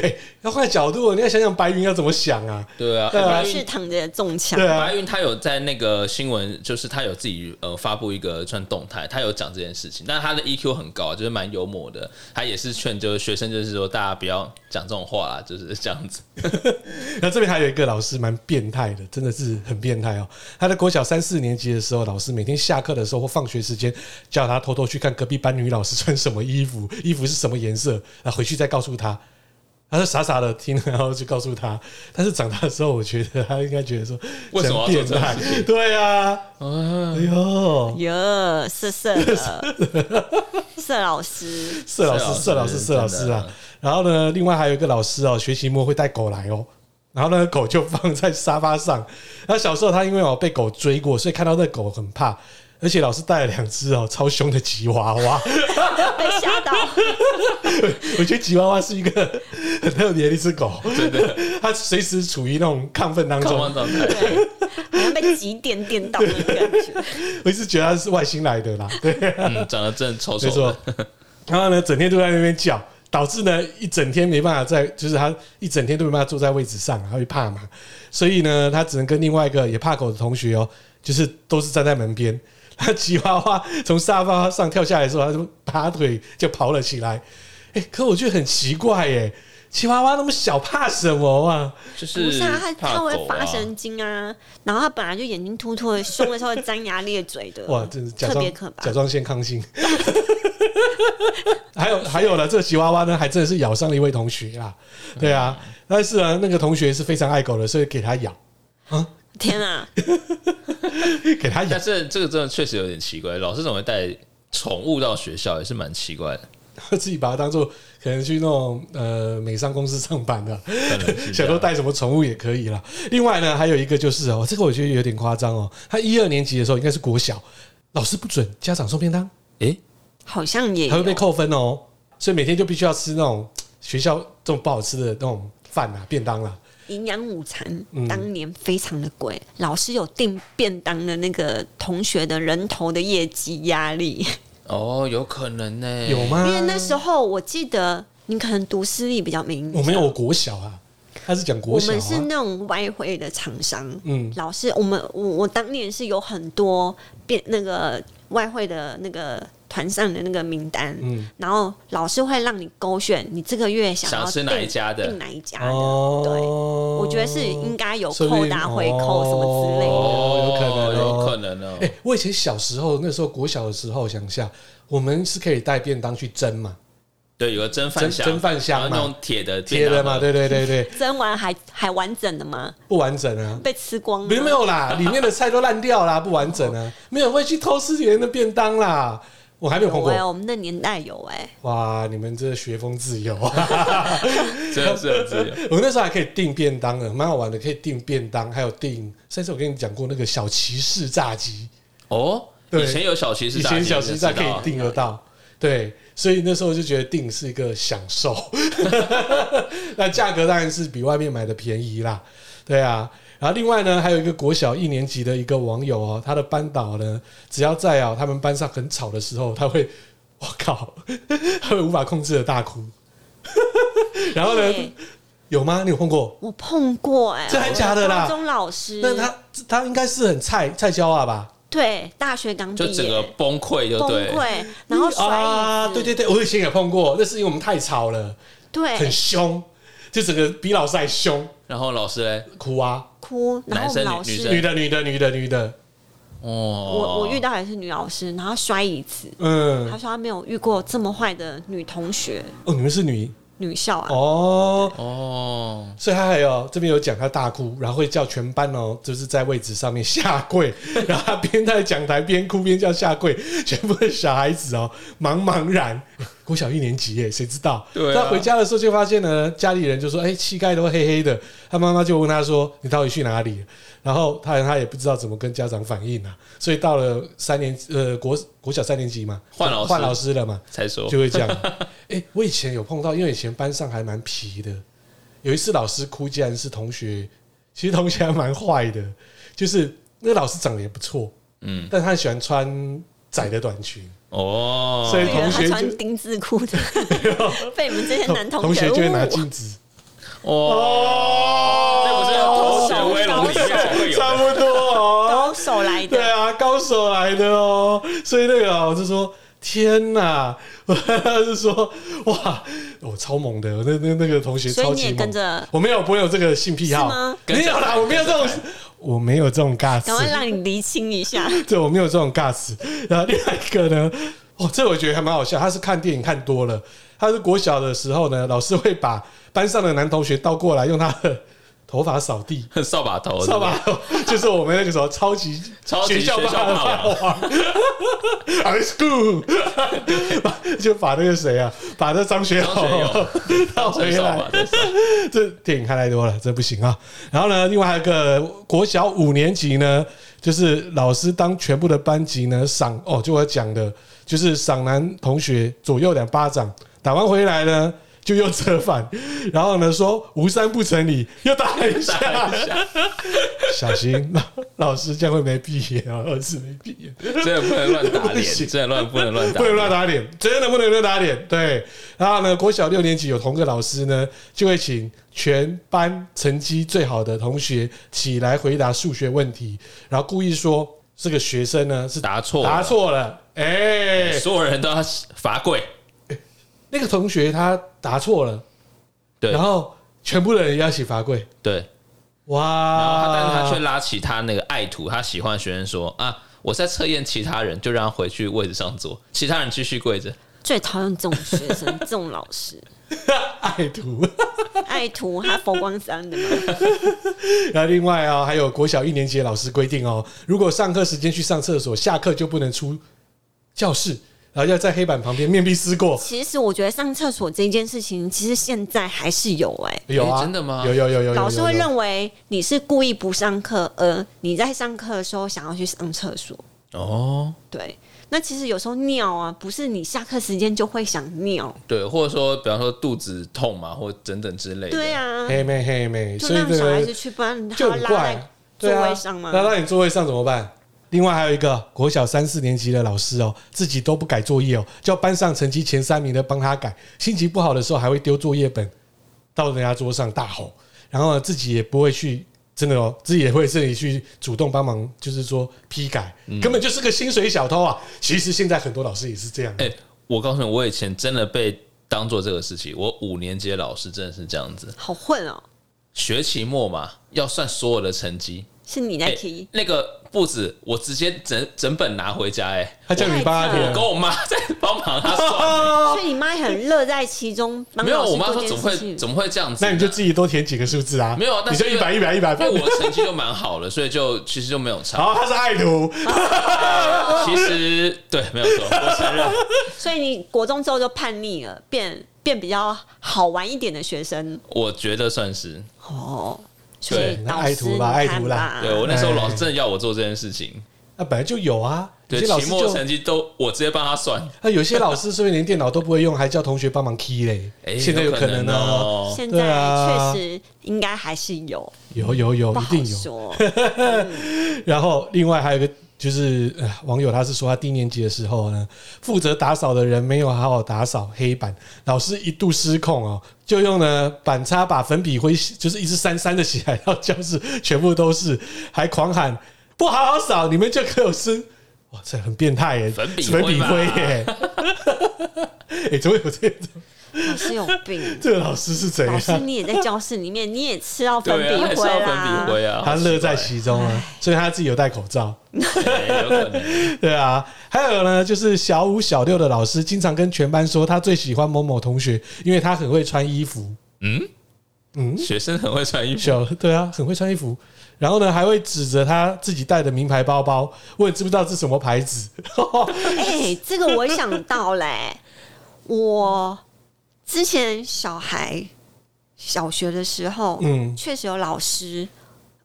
Speaker 2: 哎、要换角度，你要想想白云要怎么想啊？
Speaker 3: 对啊，
Speaker 2: 对啊
Speaker 3: 白
Speaker 1: 是
Speaker 3: 云
Speaker 1: 躺着中枪
Speaker 2: 对，啊
Speaker 3: 白，云他有在那个新闻，就是他有自己呃发布一个算动态，他有讲这件事情。但他的 EQ 很高，就是蛮幽默的。他也是劝就是学生，就是说大家不要讲这种话啦，就是这样子。
Speaker 2: (laughs) 那这边还有一个老师蛮变态的，真的是很变态哦。他在国小三四年级的时候，老师每天下课的时候或放学时间，叫他偷偷去看隔壁班女老师穿什么衣服， (laughs) 衣服是什么颜色，啊，回去再告诉他。他就傻傻的听，然后就告诉他。但是长大的时候，我觉得他应该觉得说，
Speaker 3: 为什么要做
Speaker 2: 真变
Speaker 3: 这种
Speaker 2: 态
Speaker 3: 事？情
Speaker 2: 对啊，哎呦，
Speaker 1: 哟，色色的，
Speaker 2: (laughs)
Speaker 1: 色老师，
Speaker 2: 色老师，
Speaker 3: 色
Speaker 2: 色
Speaker 3: 老
Speaker 2: 老
Speaker 3: 师
Speaker 2: 师，色老
Speaker 3: 真
Speaker 2: 师
Speaker 3: 的
Speaker 2: 啊！然后呢，另外还有一个老师哦，学期末会带狗来哦。然后呢，狗就放在沙发上。然后小时候他因为哦被狗追过，所以看到那狗很怕，而且老师带了两只哦超凶的吉娃娃。 (laughs)
Speaker 1: 被吓到，
Speaker 2: 我觉得吉娃娃是一个 (laughs) 很特别的一只狗，
Speaker 3: 真的，
Speaker 2: (laughs) 它随时处于那种亢奋当
Speaker 3: (laughs)
Speaker 2: 中
Speaker 3: 状况。状态。
Speaker 1: 对，好像被几点电到的感
Speaker 2: (laughs)
Speaker 1: 觉。
Speaker 2: 我一直觉得它是外星来的啦，对。
Speaker 3: 嗯，长得真的丑
Speaker 2: 没
Speaker 3: 丑
Speaker 2: 错
Speaker 3: 的。。
Speaker 2: (laughs) 然后呢，整天都在那边叫，导致呢一整天没办法在，就是他一整天都没办法坐在位置上，他会怕嘛，所以呢，他只能跟另外一个也怕狗的同学哦，就是都是站在门边。 (laughs) 他吉娃娃从沙发上跳下来的时候，他就拔腿就跑了起来。哎、可我觉得很奇怪耶、吉娃娃那么小，怕什么啊？
Speaker 3: 就
Speaker 1: 不
Speaker 3: 是
Speaker 1: 是啊，他
Speaker 3: 怕
Speaker 1: 他会
Speaker 3: 狗
Speaker 1: 发
Speaker 3: 啊
Speaker 1: 神经啊，然后他本来就眼睛突突的，凶的时候会张牙咧嘴的，
Speaker 2: 哇，真是甲
Speaker 1: 特
Speaker 2: 状
Speaker 1: 别可怕
Speaker 2: 甲。状腺亢进。 (laughs) 还有还有呢，这个吉娃娃呢，还真的是咬伤了一位同学啦。对啊，
Speaker 1: 嗯
Speaker 2: 但是呢，那个同学是非常爱狗的，所以给他咬，
Speaker 1: 天啊，
Speaker 2: 给他
Speaker 1: (laughs)
Speaker 2: 咬
Speaker 3: 但，是这个真的确实有点奇怪，老师怎么会带宠物到学校，也是蛮奇怪的。
Speaker 2: 自己把它当做可能去那种呃美商公司上班的，
Speaker 1: 啊
Speaker 3: 可能是这
Speaker 2: (laughs) 想
Speaker 3: 样
Speaker 2: 说带什么宠物也可以啦。另外呢，还有一个就是哦，这个我觉得有点夸张哦。他一二年级的时候应该是国小，老师不准家长送便当，
Speaker 3: 诶，
Speaker 1: 好像也
Speaker 2: 还会被
Speaker 1: 有
Speaker 2: 扣分哦，所以每天就必须要吃那种学校这种不好吃的那种饭啊、便当啦、
Speaker 1: 营养午餐，
Speaker 2: 嗯
Speaker 1: 当年非常的贵，老师有订便当的那个同学的人头的业绩压力，
Speaker 3: 哦，有可能呢、
Speaker 2: 有？吗？
Speaker 1: 因为那时候我记得你可能读私立比较没印
Speaker 2: 我
Speaker 1: 象
Speaker 2: 没有，我国小啊，他是讲国
Speaker 1: 我
Speaker 2: 小、啊，
Speaker 1: 们是那种外汇的厂商，
Speaker 2: 嗯
Speaker 1: 老师，我们我我当年是有很多变那个外汇的那个团上的那个名单，
Speaker 2: 嗯
Speaker 1: 然后老师会让你勾选你这个月想要
Speaker 3: 想吃哪一家的
Speaker 1: 订哪一家的，
Speaker 2: 哦
Speaker 1: 对。我觉得是应该有
Speaker 2: 说不定
Speaker 1: 扣打回扣什么之类的
Speaker 2: 哦，有可能、
Speaker 3: 有可。能哦。
Speaker 2: 哎、我以前小时候那时候国小的时候，想一下，我们是可以带便当去蒸嘛？
Speaker 3: 对，有个蒸饭
Speaker 2: 蒸
Speaker 3: 箱，
Speaker 2: 蒸饭箱
Speaker 3: 然后
Speaker 2: 嘛
Speaker 3: 那种铁的
Speaker 2: 贴的嘛，
Speaker 3: 便
Speaker 2: 对
Speaker 3: 啊
Speaker 2: 对对对，
Speaker 1: 蒸完还还完整的吗？
Speaker 2: 不完
Speaker 1: (laughs)
Speaker 2: 整啊。
Speaker 1: 被吃光了？
Speaker 2: 没有没有啦，里面的菜都烂掉啦，不完整啊，没有人会去偷吃别人的便当啦，我还没有碰
Speaker 1: 有哎、
Speaker 2: 过。
Speaker 1: 我们那年代有哎、
Speaker 2: 哇，你们这学风自由啊！ (laughs)
Speaker 3: 当嘛，真的是很自由。
Speaker 2: 我那时候还可以订便当的，蛮好玩的，可以订便当，还有订。上次我跟你讲过那个小骑士炸鸡，
Speaker 3: 哦，
Speaker 2: 对
Speaker 3: 以前有小骑士
Speaker 2: 以
Speaker 3: 炸鸡，
Speaker 2: 前小骑士炸可以
Speaker 3: 定。
Speaker 2: 订得到，对，所以那时候就觉得订是一个享受。 (laughs) 那价格当然是比外面买的便宜啦，对啊。然后另外呢，还有一个国小一年级的一个网友哦，他的班导呢，只要在哦他们班上很吵的时候，他会，我靠， (laughs) 他会无法控制的大哭。 (laughs) 然后呢，
Speaker 1: 哎
Speaker 2: 有吗？你有碰过？
Speaker 1: 我碰过哎、
Speaker 2: 真的假的啦
Speaker 1: 我高中老师，
Speaker 2: 那他他应该是很菜菜椒啊吧？
Speaker 1: 对大学刚毕
Speaker 3: 就
Speaker 1: 业，
Speaker 3: 整个崩溃，就
Speaker 1: 崩
Speaker 3: 对，
Speaker 1: 溃，然哦后甩椅子，
Speaker 2: 啊，对对对，我以前也碰过，那是因为我们太吵了，很
Speaker 1: 对，
Speaker 2: 凶，就整个比老师还凶，
Speaker 3: 然后老师嘞，
Speaker 2: 哭啊，
Speaker 1: 哭，然后我们老
Speaker 3: 男生女女
Speaker 1: 师
Speaker 3: 生对
Speaker 2: 女的女的女的女的，
Speaker 3: 哦，
Speaker 1: 我我遇到也是女老师，然后摔椅子。他
Speaker 2: 嗯，
Speaker 1: 说他没有遇过这么坏的女同学、
Speaker 2: 哦，你们是女
Speaker 1: 女校啊。
Speaker 2: 哦，
Speaker 3: 哦，
Speaker 2: 所以他还有这边有讲他大哭，然后会叫全班哦，就是在位置上面下
Speaker 3: (laughs)
Speaker 2: 跪，然后他边在讲台边哭边叫下跪，全部的小孩子哦茫茫然，国小一年级耶，谁知道？
Speaker 3: 对啊
Speaker 2: 他回家的时候就发现呢，家里人就说：“哎、膝盖都黑黑的。”他妈妈就问他说：“你到底去哪里？”然后他他也不知道怎么跟家长反映啊，所以到了三年呃国国小三年级嘛，
Speaker 3: 换老师
Speaker 2: 换老师了嘛，
Speaker 3: 才说
Speaker 2: 就会这样。哎、我以前有碰到，因为以前班上还蛮皮的。有一次老师哭，竟然是同学，其实同学还蛮坏的，就是那个老师长得也不错，
Speaker 3: 嗯，
Speaker 2: 但他很喜欢穿窄的短 (laughs) 裙，
Speaker 3: 哦，
Speaker 2: 所以
Speaker 1: 我以为
Speaker 2: 同
Speaker 1: 他
Speaker 2: 学
Speaker 1: 穿
Speaker 2: 就
Speaker 1: 丁字裤的， (laughs) 被你们这些男
Speaker 2: 同学
Speaker 1: 学
Speaker 2: 哦就会拿
Speaker 1: 侮辱
Speaker 2: 镜子。
Speaker 3: 哦，那不是
Speaker 1: 哦
Speaker 3: 《头威龙》里面才会
Speaker 2: (laughs)
Speaker 3: 有
Speaker 2: 差
Speaker 3: 的，
Speaker 2: 不多哦
Speaker 1: 高，手来
Speaker 2: (laughs) 对
Speaker 1: 的，
Speaker 2: 啊，高手来的哦，所以那个啊我就说。天 (laughs) 呐！我就说哇，我超猛的，那那那个同学
Speaker 1: 所以
Speaker 2: 超
Speaker 1: 你
Speaker 2: 级
Speaker 1: 也
Speaker 2: 猛。
Speaker 1: 跟着
Speaker 2: 我没有，不会有这个性癖好
Speaker 1: 是吗
Speaker 2: 没有啦，我没有这种，我没有这种尬词
Speaker 1: 赶。快让你厘清一下。
Speaker 2: (laughs) 对，我没有这种尬词。然后另外一个呢， (laughs) 哦，这我觉得还蛮好笑。他是看电影看多了，他是国小的时候呢，老师会把班上的男同学倒过来，用他的头发扫地，
Speaker 3: (laughs) 扫把头，
Speaker 2: 扫把头， (laughs) 就是我们那个时候超级
Speaker 3: 超级
Speaker 2: 校
Speaker 3: 学校霸
Speaker 2: 霸
Speaker 3: 王
Speaker 2: 王 (laughs) ，high school，就 (laughs) 把那个谁啊，把那张学
Speaker 3: 张学
Speaker 2: 友
Speaker 3: 友 (laughs)
Speaker 2: 倒回
Speaker 3: 对不对，扫把
Speaker 2: 来，
Speaker 3: 头，
Speaker 2: (laughs) 这电影看太多了，这不行啊。然后呢，另外还有一个国小五年级呢，就是老师当全部的班级呢赏哦，就我讲的，就是赏男同学左右两巴掌，打完回来呢就又折返，然后呢说无三不成礼，又打了一下，小心老老师这样会没闭眼啊，儿子没闭眼。
Speaker 3: 真的不能乱打
Speaker 2: 不
Speaker 3: 脸，
Speaker 2: 行
Speaker 3: 真的乱不能乱打
Speaker 2: 不，能乱打脸，真的不能乱打脸。对，然后呢，国小六年级有同个老师呢，就会请全班成绩最好的同学起来回答数学问题，然后故意说这个学生呢是
Speaker 3: 答错了
Speaker 2: 答错了。哎、
Speaker 3: 所有人都要罚跪，
Speaker 2: 那个同学他答错了，
Speaker 3: 对
Speaker 2: 然后全部的人也要一起罚跪。
Speaker 3: 对，然后
Speaker 2: 哇！
Speaker 3: 他但是他却拉起他那个爱徒，他喜欢的学生说啊。我在测验其他人，就让他回去位置上坐，其他人继续跪着。
Speaker 1: 最讨厌这种学生，这种老师，
Speaker 2: 爱徒。
Speaker 1: 爱徒他佛光山的嘛，
Speaker 2: (laughs) 然后另外啊、还有国小一年级的老师规定哦，如果上课时间去上厕所，下课就不能出教室，然后要在黑板旁边面壁思过。
Speaker 1: 其实我觉得上厕所这一件事情，其实现在还是有哎、
Speaker 2: 有啊，
Speaker 3: 诶真的吗
Speaker 2: 有有有有有有
Speaker 1: 老师会
Speaker 2: 为
Speaker 1: 认为你是故意不上课，而你在上课的时候想要去上厕所。
Speaker 3: 哦，
Speaker 1: 对，那其实有时候尿啊，不是你下课时间就会想尿。
Speaker 3: 对，或者说，比方说肚子痛嘛，或等等之类的。
Speaker 1: 对啊，
Speaker 2: 嘿妹嘿妹，
Speaker 1: 就
Speaker 2: 哎所以
Speaker 1: 让
Speaker 2: 这
Speaker 1: 小孩
Speaker 2: 个
Speaker 1: 子去，不然他
Speaker 2: 就
Speaker 1: 要
Speaker 2: 很
Speaker 1: 拉
Speaker 2: 怪
Speaker 1: 在，
Speaker 2: 对
Speaker 1: 座
Speaker 2: 啊
Speaker 1: 位上吗？
Speaker 2: 那到你座位上怎么办？另外还有一个国小三四年级的老师哦，自己都不改作业哦，叫班上成绩前三名的帮他改。心情不好的时候还会丢作业本到人家桌上大吼，然后呢自己也不会去，真的哦，自己也会自己去主动帮忙，就是说批改，
Speaker 3: 嗯
Speaker 2: 根本就是个薪水小偷啊！其实现在很多老师也是这样的，
Speaker 3: 哎、我告诉你，我以前真的被当做这个事情。我五年级的老师真的是这样子，
Speaker 1: 好混哦、
Speaker 3: 学期末嘛，要算所有的成绩，
Speaker 1: 是你在踢。
Speaker 3: 哎那个布子，我直接整整本拿回家、欸，
Speaker 2: 他叫你帮他
Speaker 1: 对
Speaker 3: 哎，
Speaker 2: 填
Speaker 3: 我跟。我妈在帮忙他
Speaker 1: (laughs)
Speaker 3: 算、
Speaker 2: 哎
Speaker 3: 欸
Speaker 1: 所以你妈也很乐在其中，帮
Speaker 3: 没有，
Speaker 1: 老师
Speaker 3: 我妈
Speaker 1: 做
Speaker 3: 说
Speaker 1: 这
Speaker 3: 怎
Speaker 1: 件
Speaker 3: 么
Speaker 1: 事
Speaker 3: 会
Speaker 1: 情
Speaker 3: 怎么会这样子呢？
Speaker 2: 那你就自己多填几个数字啊。
Speaker 3: 没有啊，但
Speaker 2: 你
Speaker 3: 是
Speaker 2: 就一百一百一百。
Speaker 3: 因为我的成绩就蛮好了，所以就其实就没有差。
Speaker 2: 好，他是爱徒，
Speaker 3: 其实对，没有错，我
Speaker 1: (laughs)
Speaker 3: 承认。
Speaker 1: 所以你国中之后就叛逆了，变变比较好玩一点的学生
Speaker 3: 我觉得算是，
Speaker 1: 哦。所以
Speaker 3: 对
Speaker 2: 那
Speaker 1: 导
Speaker 2: 爱
Speaker 1: 师
Speaker 2: 徒
Speaker 1: 你
Speaker 2: 啦爱
Speaker 1: 看
Speaker 2: 徒啦
Speaker 1: 吧
Speaker 3: 对我那时候
Speaker 2: 哎
Speaker 3: 老师真的要我做这件事情，
Speaker 2: 那本来就有啊。有
Speaker 3: 对
Speaker 2: 些老
Speaker 3: 期
Speaker 2: 师
Speaker 3: 末
Speaker 2: 就
Speaker 3: 成绩都我直接帮他算。
Speaker 2: 那有些老师 (laughs) 甚至连电脑都不会用，还叫同学帮忙 key 嘞。
Speaker 3: 哎，
Speaker 2: 现在有
Speaker 3: 有
Speaker 2: 可能啊
Speaker 3: 能
Speaker 2: 呢，
Speaker 3: 哦。
Speaker 1: 现
Speaker 2: 对
Speaker 1: 在
Speaker 2: 啊
Speaker 1: 确实应该还是有，
Speaker 2: 有有有，
Speaker 1: 不
Speaker 2: 一
Speaker 1: 好
Speaker 2: 定有。
Speaker 1: 说。
Speaker 2: 然后另外还有一个就是、呃网友他是说他低年级的时候呢，负责打扫的人没有好好打扫黑板，老师一度失控哦，就用呢板擦把粉笔灰就是一直删删的起来，然后教室全部都是，还狂喊不好好扫，你们就给我吃。哇，这很变态耶！
Speaker 3: 粉笔
Speaker 2: 粉
Speaker 3: 灰
Speaker 2: 笔
Speaker 3: 吧
Speaker 2: 灰耶！ (laughs) 哎、怎么有这种？
Speaker 1: 老师有病，
Speaker 2: 这个老师是怎
Speaker 1: 老
Speaker 2: 样？
Speaker 1: 师你也在教室里面，你也吃到粉
Speaker 3: 对啊，还
Speaker 1: 笔
Speaker 3: 是
Speaker 1: 灰
Speaker 3: 要
Speaker 1: 啦
Speaker 3: 粉笔。灰啊，
Speaker 2: 他乐在
Speaker 3: 洗，
Speaker 2: 其中啊，所以他自己有戴口罩。
Speaker 3: 哎有可能。
Speaker 2: (laughs) 对啊，还有呢，就是小五、小六的老师经常跟全班说，他最喜欢某某同学，因为他很会穿衣服。
Speaker 3: 嗯
Speaker 2: 嗯，
Speaker 3: 学生很会
Speaker 2: (laughs)
Speaker 3: 穿衣服，
Speaker 2: 小对啊，很会穿衣服。然后呢，还会指着他自己带的名牌包包，问知不知道这是什么牌子。 (laughs)
Speaker 1: 哎，这个我想到嘞、我之前小孩小学的时候，
Speaker 2: 嗯
Speaker 1: 确实有老师，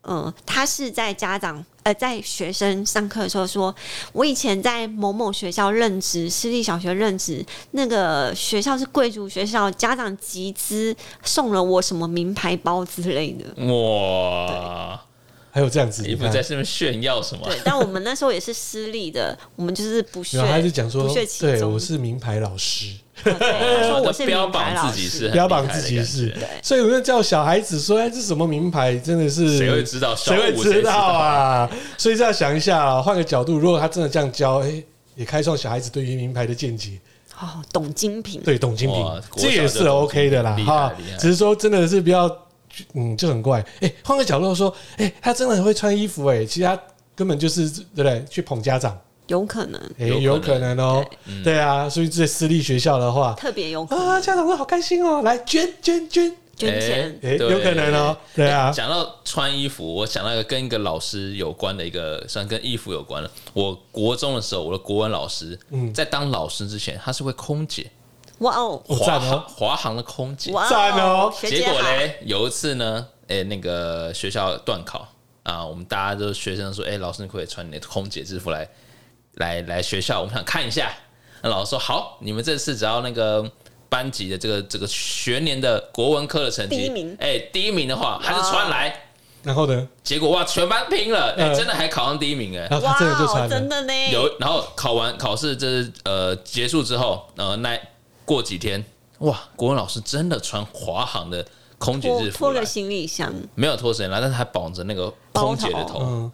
Speaker 1: 嗯、他是在家长呃在学生上课的时候说，我以前在某某学校任职，私立小学任职，那个学校是贵族学校，家长集资送了我什么名牌包之类的。
Speaker 3: 哇！
Speaker 2: 还有这样子，
Speaker 3: 你
Speaker 2: 你
Speaker 3: 不
Speaker 2: 看
Speaker 3: 是，在上面炫耀什么
Speaker 1: 对？，但我们那时候也是私立的，我们就是不屑，
Speaker 2: 然后他就讲
Speaker 1: 不
Speaker 2: 说
Speaker 1: 屑，其
Speaker 2: 对
Speaker 1: 中
Speaker 2: 我是名牌老师，
Speaker 1: 对他说
Speaker 3: 哦
Speaker 1: 我
Speaker 3: 这
Speaker 1: 是
Speaker 3: 标
Speaker 1: 名牌
Speaker 3: 榜
Speaker 1: 老
Speaker 3: 自己
Speaker 1: 师
Speaker 3: 是很
Speaker 2: 标榜
Speaker 3: 厉害的
Speaker 2: 自己
Speaker 3: 感
Speaker 2: 是
Speaker 3: 觉，
Speaker 2: 所以我就叫小孩子说，哎，这是什么名牌？真的是
Speaker 3: 谁会知道小
Speaker 2: 谁会
Speaker 3: 五
Speaker 2: 知
Speaker 3: 谁知
Speaker 2: 道
Speaker 3: 道
Speaker 2: 啊？所以这样想一下啊，换个角度，如果他真的这样教，哎、也开创小孩子对于名牌的见解，
Speaker 1: 哦，懂精品，
Speaker 2: 对董精品
Speaker 3: 哇，国小
Speaker 2: 这也
Speaker 3: 就是懂
Speaker 2: OK 的啦
Speaker 3: 精品厉害
Speaker 2: 哈
Speaker 3: 厉害。
Speaker 2: 只是说真的是比较，嗯，就很怪。哎、换个角度说，哎、他真的很会穿衣服、哎，其实他根本就是对不对？去捧家长，
Speaker 1: 有可能，
Speaker 2: 哎、
Speaker 3: 有可能
Speaker 2: 有可能哦、对啊。所以这私立学校的话，
Speaker 1: 特别有可能
Speaker 2: 啊，家长会好开心哦、来捐捐捐，
Speaker 1: 捐钱。
Speaker 2: 哎、有可能哦、对啊。
Speaker 3: 讲到穿衣服，我想到一个跟一个老师有关的一个，算跟衣服有关的。我国中的时候，我的国文老师，
Speaker 2: 嗯
Speaker 3: 在当老师之前，他是位空姐，
Speaker 1: 哇哦，
Speaker 2: 哦赞
Speaker 3: 华
Speaker 2: 哦
Speaker 3: 航华航的空姐。
Speaker 1: 哇
Speaker 2: 赞哦
Speaker 1: 学姐
Speaker 3: 结果
Speaker 1: 好，
Speaker 3: 嘞，有一次呢，哎、那个学校断考啊，我们大家都学生说，哎、老师你可不可以穿你的空姐制服来来来学校，我们想看一下。那老师说好，你们这次只要那个班级的这个这个学年的国文科的成绩，
Speaker 1: 第一名
Speaker 3: 哎、第一名的话还是穿来。
Speaker 2: 然后呢？
Speaker 3: 结果哇，全班拼了，哎、
Speaker 2: 嗯
Speaker 3: 真的还考上第一名哎、
Speaker 2: 然后
Speaker 1: 哇
Speaker 2: 他真的就
Speaker 1: 哦，
Speaker 2: 穿
Speaker 1: 真
Speaker 2: 了。
Speaker 1: 的呢，
Speaker 3: 有，然后考完考试这是呃结束之后，呃那过几天，哇，国文老师真的穿华航的空姐
Speaker 1: 拖
Speaker 3: 制服
Speaker 1: 拖
Speaker 3: 来
Speaker 1: 了，行李箱，
Speaker 3: 没有脱绳啦，但是还绑着那个空姐的头，
Speaker 2: 嗯，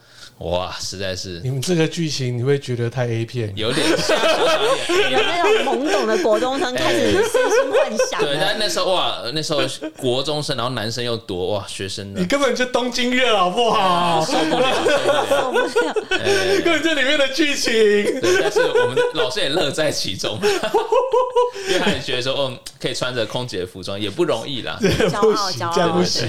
Speaker 3: 哇，实在是
Speaker 2: 你们这个剧情你会觉得太 A 片，
Speaker 3: 有点吓死我了
Speaker 1: 有那种懵懂的国中生开始真心幻想
Speaker 3: 对，但
Speaker 1: 了。
Speaker 3: 那时候哇，那时候国中生，然后男生又多，哇，学生
Speaker 2: 你
Speaker 3: 的
Speaker 2: 根本就东京热好不好？
Speaker 3: 受不了受不了。
Speaker 1: 受不了
Speaker 2: 根本这里面的剧情， (laughs)
Speaker 3: 对，但是我们的老师也乐在其中， (laughs) 因为他也觉得说，哦，可以穿着空姐的服装也不容易啦。
Speaker 2: 不
Speaker 1: 骄傲骄
Speaker 2: 行，
Speaker 1: 傲
Speaker 2: 这样不
Speaker 1: 对
Speaker 2: 行。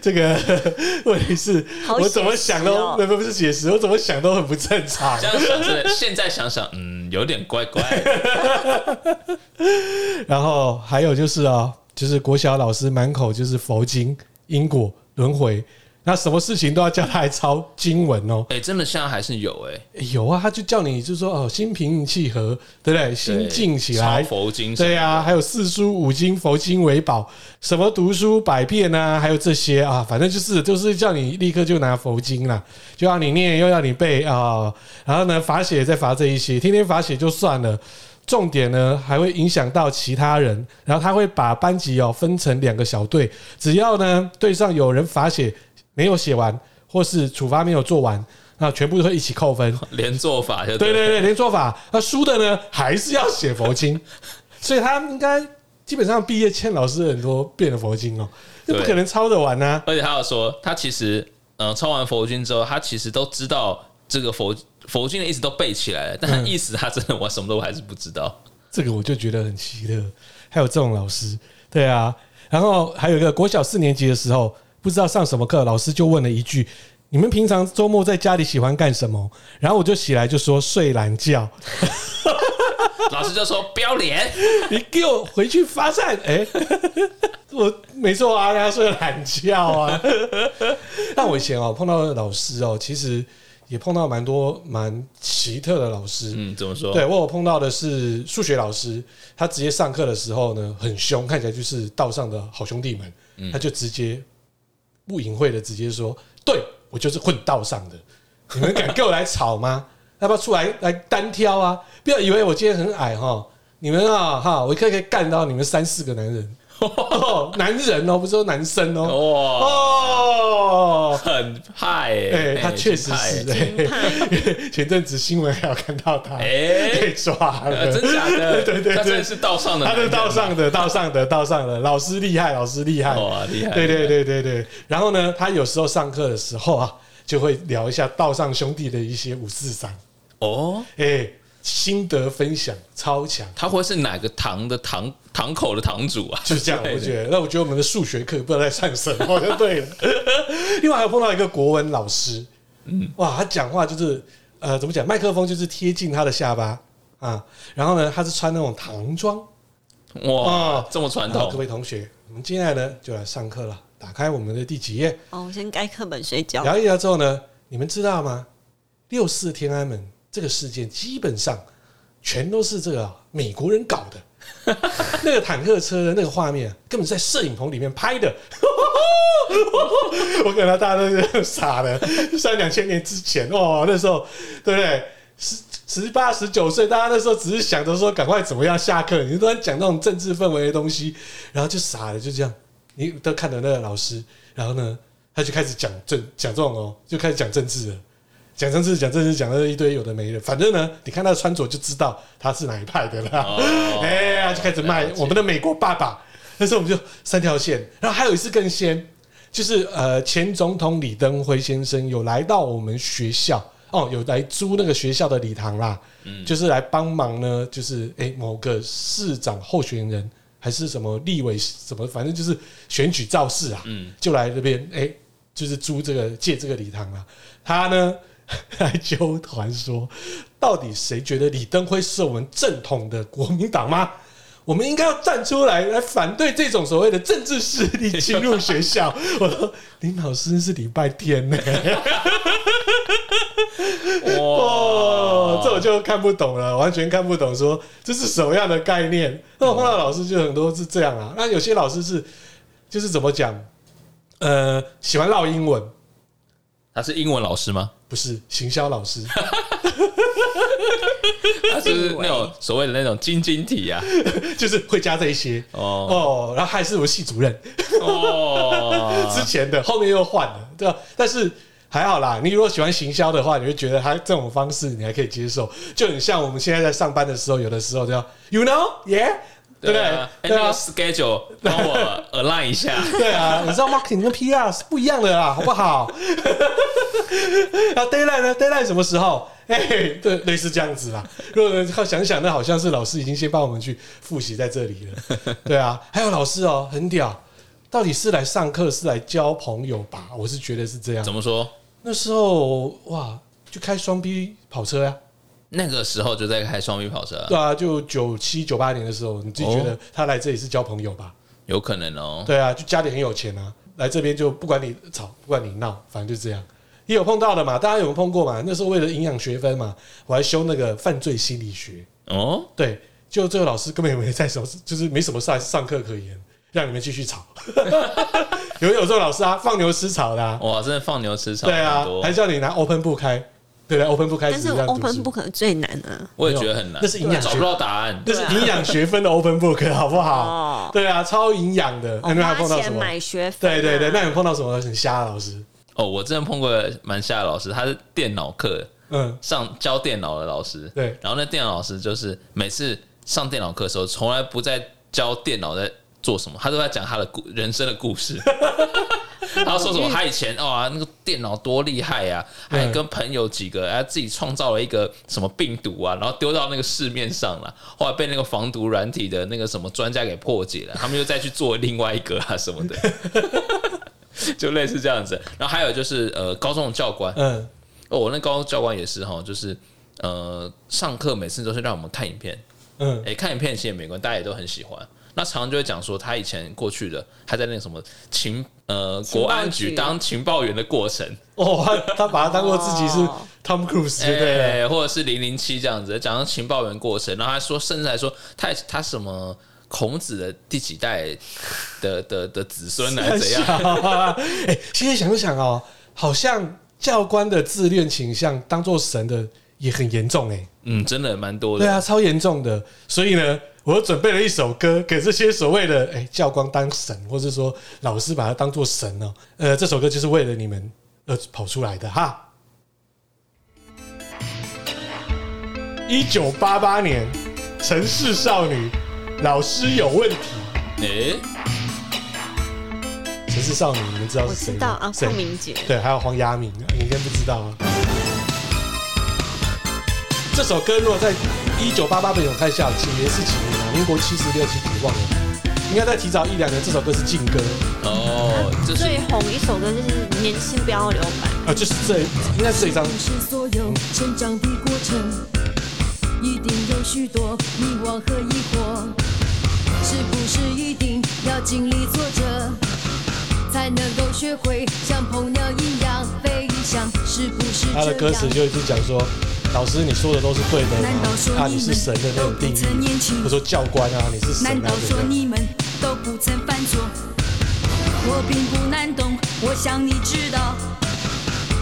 Speaker 2: 这个 (laughs) 问题是，
Speaker 1: 好
Speaker 2: 我怎么
Speaker 1: 写
Speaker 2: 想
Speaker 1: 实
Speaker 2: 都
Speaker 1: 哦
Speaker 2: 不不是解释，我怎么想都很不正常
Speaker 3: 这。样想真的，现在想想，嗯，有点怪怪的。
Speaker 2: 然后还有就是啊，就是国小老师满口就是佛经、因果、轮回，那什么事情都要叫他来抄经文哦。
Speaker 3: 哎、真的现在还是有哎、
Speaker 2: 欸有啊，他就叫你就说哦，心平气和，对不对？心
Speaker 3: 对
Speaker 2: 静起来
Speaker 3: 抄，佛经什么的，
Speaker 2: 对啊呀、还有四书五经、佛经为宝，什么读书百遍啊，还有这些啊，反正就是就是叫你立刻就拿佛经啦，就要你念，又要你背啊、然后呢，罚写再罚这一些，天天罚写就算了。重点呢，还会影响到其他人，然后他会把班级哦分成两个小队，只要呢队上有人罚写没有写完，或是处罚没有做完，那全部都会一起扣分。
Speaker 3: 连做法就
Speaker 2: 对
Speaker 3: 对
Speaker 2: 对
Speaker 3: 了
Speaker 2: 对，连做法。那输的呢，还是要写佛经，所以他应该基本上毕业欠老师很多遍的佛经哦，这不
Speaker 3: 对
Speaker 2: 可能抄得完呐、啊
Speaker 3: 而且他有说，他其实。呃抄完佛经之后，他其实都知道这个佛佛经的意思都背起来了，但他意思他真的我什么都还是不知道。
Speaker 2: (laughs) 这个我就觉得很奇特，还有这种老师，对啊。然后还有一个国小四年级的时候，不知道上什么课，老师就问了一句：“你们平常周末在家里喜欢干什么？”然后我就起来就说睡懒觉。
Speaker 3: 老师就说不要脸，
Speaker 2: (laughs) 你给我回去发散！哎、 (laughs) 我没错啊，让他睡懒觉啊。但我以前哦碰到的老师哦，其实也碰到蛮多蛮奇特的老师。
Speaker 3: 嗯，怎么说？
Speaker 2: 对我有碰到的是数学老师，他直接上课的时候呢很凶，看起来就是道上的好兄弟们，
Speaker 3: 嗯
Speaker 2: 他就直接不隐晦的直接说：“对我就是混道上的，你们敢跟我来吵吗？要不要出来来单挑啊？不要以为我今天很矮哈，你们啊哈，我一个可以干到你们三四个男人。”哦男人哦，不是说男生 (laughs) 哦，
Speaker 3: 哇，
Speaker 2: 哦，
Speaker 3: 很派
Speaker 2: 哎、
Speaker 3: 欸，
Speaker 2: 他
Speaker 3: 欸
Speaker 2: 确实是，
Speaker 3: 很派欸
Speaker 2: 哎 (laughs) 前阵子新闻还有看到他
Speaker 3: 哎
Speaker 2: 被抓了，
Speaker 3: 呃真假的，
Speaker 2: (laughs) 对对
Speaker 3: 他真
Speaker 2: 对
Speaker 3: 的，是道上的
Speaker 2: 他
Speaker 3: 男
Speaker 2: 是
Speaker 3: 人，啊
Speaker 2: 道上
Speaker 3: (laughs)
Speaker 2: 的，道上的，道上的，老师厉害，老师厉害，
Speaker 3: 哇哦厉害
Speaker 2: 对
Speaker 3: 厉
Speaker 2: 对
Speaker 3: 害
Speaker 2: 对对对。然后呢，他有时候上课的时候啊，就会聊一下道上兄弟的一些五四三，
Speaker 3: 哦，
Speaker 2: 哎，心得分享超强。
Speaker 3: 他会是哪个堂的堂堂口的堂主啊？
Speaker 2: 就是这样，
Speaker 3: 对
Speaker 2: 我觉得。那我觉得我们的数学课不知道在上什么就对了。 (laughs) 另外还有碰到一个国文老师，嗯，哇，他讲话就是呃，怎么讲？麦克风就是贴近他的下巴啊，然后呢，他是穿那种唐装。
Speaker 3: 哇
Speaker 2: 哦，
Speaker 3: 这么传
Speaker 2: 好，各
Speaker 3: 统，
Speaker 2: 位同学，我们接下来呢就来上课了。打开我们的第几页，
Speaker 1: 哦，我先盖课本睡觉。
Speaker 2: 聊一聊之后呢，你们知道吗？六四天安门这个事件基本上全都是这个美国人搞的，那个坦克车的那个画面啊根本是在摄影棚里面拍的。 (laughs) 我感到大家都是傻的，上两千年之前哦，那时候对不对？十十八十九岁，大家那时候只是想着说赶快怎么样下课，你突然讲那种政治氛围的东西，然后就傻了，就这样，你都看着那个老师，然后呢，他就开始讲政讲这种哦，就开始讲政治了。讲政治，讲政治，讲了一堆有的没的，反正呢，你看他的穿着就知道他是哪一派的啦。
Speaker 3: 哦
Speaker 2: 哎呀，就开始卖
Speaker 3: 了解
Speaker 2: 我们的美国爸爸。那时候我们就三条线，然后还有一次更先，就是呃，前总统李登辉先生有来到我们学校哦，有来租那个学校的礼堂啦，
Speaker 3: 嗯
Speaker 2: 就是来帮忙呢，就是哎、某个市长候选人还是什么立委什么，反正就是选举造势啊，
Speaker 3: 嗯
Speaker 2: 就来这边哎、就是租这个借这个礼堂啊，他呢 (laughs) 来纠团说，到底谁觉得李登辉是我们正统的国民党吗？我们应该要站出来来反对这种所谓的政治势力进入学校。我说林老师是礼拜天呢、哦，这我就看不懂了，完全看不懂说这是什么样的概念。那我碰到老师就很多是这样啊，那有些老师是就是怎么讲，呃，喜欢唠英文，
Speaker 3: 他是英文老师吗？
Speaker 2: 不是行销老师， (laughs)
Speaker 3: 他就是那种所谓的那种晶晶体啊，
Speaker 2: 就是会加这一些
Speaker 3: 哦
Speaker 2: 哦。然后还是我系主任，
Speaker 3: 哦，
Speaker 2: 之前的，后面又换了，对吧？啊但是还好啦，你如果喜欢行销的话，你会觉得他这种方式你还可以接受，就很像我们现在在上班的时候，有的时候就要 you know yeah，对不对
Speaker 3: 啊？哎，
Speaker 2: 对
Speaker 3: 那
Speaker 2: 啊
Speaker 3: 个。schedule 帮我 align 一下，
Speaker 2: 对啊，你知道 marketing 跟 PR 是不一样的啦，好不好？ (laughs) 然后 d a y l i g h t 呢 d a y l i g h t 什么时候？哎、对，类似这样子啦。如果靠想想，那好像是老师已经先帮我们去复习在这里
Speaker 3: (laughs)
Speaker 2: 了。对啊，还有老师哦、很屌，到底是来上课是来交朋友吧？我是觉得是这样
Speaker 3: 怎。么说？
Speaker 2: 那时候哇，就开双 B 跑车呀、
Speaker 3: 那个时候就在开双臂跑车，
Speaker 2: 对啊，就九七九八年的时候，你自己觉得
Speaker 3: 哦
Speaker 2: 他来这里是交朋友吧？
Speaker 3: 有可能哦。
Speaker 2: 对啊，就家里很有钱啊，来这边就不管你吵，不管你闹，反正就这样。也有碰到的嘛，大家有碰过嘛？那时候为了营养学分嘛，我还修那个犯罪心理学。
Speaker 3: 哦，
Speaker 2: 对，就最后老师根本也没在什么，就是没什么上上课可言，让你们继续吵。 (laughs) 有有时候老师啊，放牛吃草的、啊，
Speaker 3: 哇，真的放牛吃草
Speaker 2: 对
Speaker 3: 很
Speaker 2: 啊，
Speaker 3: 多
Speaker 2: 还，叫你拿 open book 开，对不对？open book 开
Speaker 1: 但
Speaker 2: 只
Speaker 1: 是
Speaker 2: 让你读书，
Speaker 1: open book 最难啊，
Speaker 3: 我也觉得很难，
Speaker 2: 那是营养学
Speaker 3: 找不到答案。
Speaker 2: 那是营养学分的 open book，好不 (laughs) 好
Speaker 1: 哦？
Speaker 2: 对啊，超营养的。那你们还碰
Speaker 1: 花
Speaker 2: 到
Speaker 1: 钱
Speaker 2: 什么？
Speaker 1: 买学啊费、
Speaker 2: 对对对，那你们碰到什么很瞎的老师？
Speaker 3: 哦，我之前碰过蛮吓的老师，他是电脑课
Speaker 2: 嗯，
Speaker 3: 上教电脑的老师，
Speaker 2: 对
Speaker 3: 然后那电脑老师就是每次上电脑课的时候，从来不在教电脑在做什么，他都在讲他的故人生的故事。他说什么？他以前哇、那个电脑多厉害啊，还
Speaker 2: 对
Speaker 3: 跟朋友几个啊自己创造了一个什么病毒啊，然后丢到那个市面上了。后来被那个防毒软体的那个什么专家给破解了，他们又再去做另外一个啊什么的。 (laughs) 就类似这样子，然后还有就是呃，高中的教官，
Speaker 2: 嗯，
Speaker 3: 哦，我那高中教官也是哈，就是呃，上课每次都是让我们看影片，
Speaker 2: 嗯
Speaker 3: 哎、看影片其实也没关系，大家也都很喜欢。那常常就会讲说，他以前过去的，他在那个什么情呃
Speaker 1: 情
Speaker 3: 国
Speaker 1: 报
Speaker 3: 安
Speaker 1: 局
Speaker 2: 啊
Speaker 3: 局当情报员的过程，
Speaker 2: 哦，他他把他当做自己是
Speaker 1: 哦
Speaker 2: Tom Cruise，
Speaker 3: 哎
Speaker 2: 就对了
Speaker 3: 或者是零零七这样子，讲到情报员过程，然后他说，甚至还说他他什么孔子的第几代的的的子孙
Speaker 2: 啊
Speaker 3: 来怎样？
Speaker 2: 样？ (laughs) 哎，现在想想哦，好像教官的自恋倾向当做神的也很严重哎、
Speaker 3: 嗯，真的蛮多的。
Speaker 2: 对啊，超严重的。所以呢，我又准备了一首歌给这些所谓的哎、教官当神，或者说老师把他当做神哦。呃，这首歌就是为了你们而跑出来的哈。一九八八年，城市少女，老师有问题。
Speaker 3: 哎、
Speaker 2: 城市少女，你们知道
Speaker 1: 我
Speaker 2: 是谁
Speaker 1: 知
Speaker 2: 吗？
Speaker 1: 道啊，
Speaker 2: 谁
Speaker 1: 宋明杰，
Speaker 2: 对，还有黄雅明，你应该不知道啊。这首歌如果在一九八八被咏看下，几年是几年啊？民国七十六、七几忘了，应该在提早一两年，这首歌是禁歌
Speaker 3: 哦，这是
Speaker 1: 最红一首歌就是年轻标流版，
Speaker 2: 啊，就是这应该是这一张
Speaker 8: 是所有成长的过程，一定有许多迷惘和疑惑，是不是一定要经历挫折，才能够学会像鹏鸟一样飞翔？是不是
Speaker 2: 他的
Speaker 8: 这
Speaker 2: 呃歌
Speaker 8: 样
Speaker 2: 词？就一直讲说，老师你说的都是对的
Speaker 8: 难道说
Speaker 2: 吗？啊，你是神的那种定
Speaker 8: 你们都不曾年
Speaker 2: 义，
Speaker 8: 轻
Speaker 2: 我说教官啊，你是神
Speaker 8: 难
Speaker 2: 啊，
Speaker 8: 道
Speaker 2: 怎
Speaker 8: 说
Speaker 2: 样？
Speaker 8: 你们都不曾犯错？我并不难懂，我想你知道，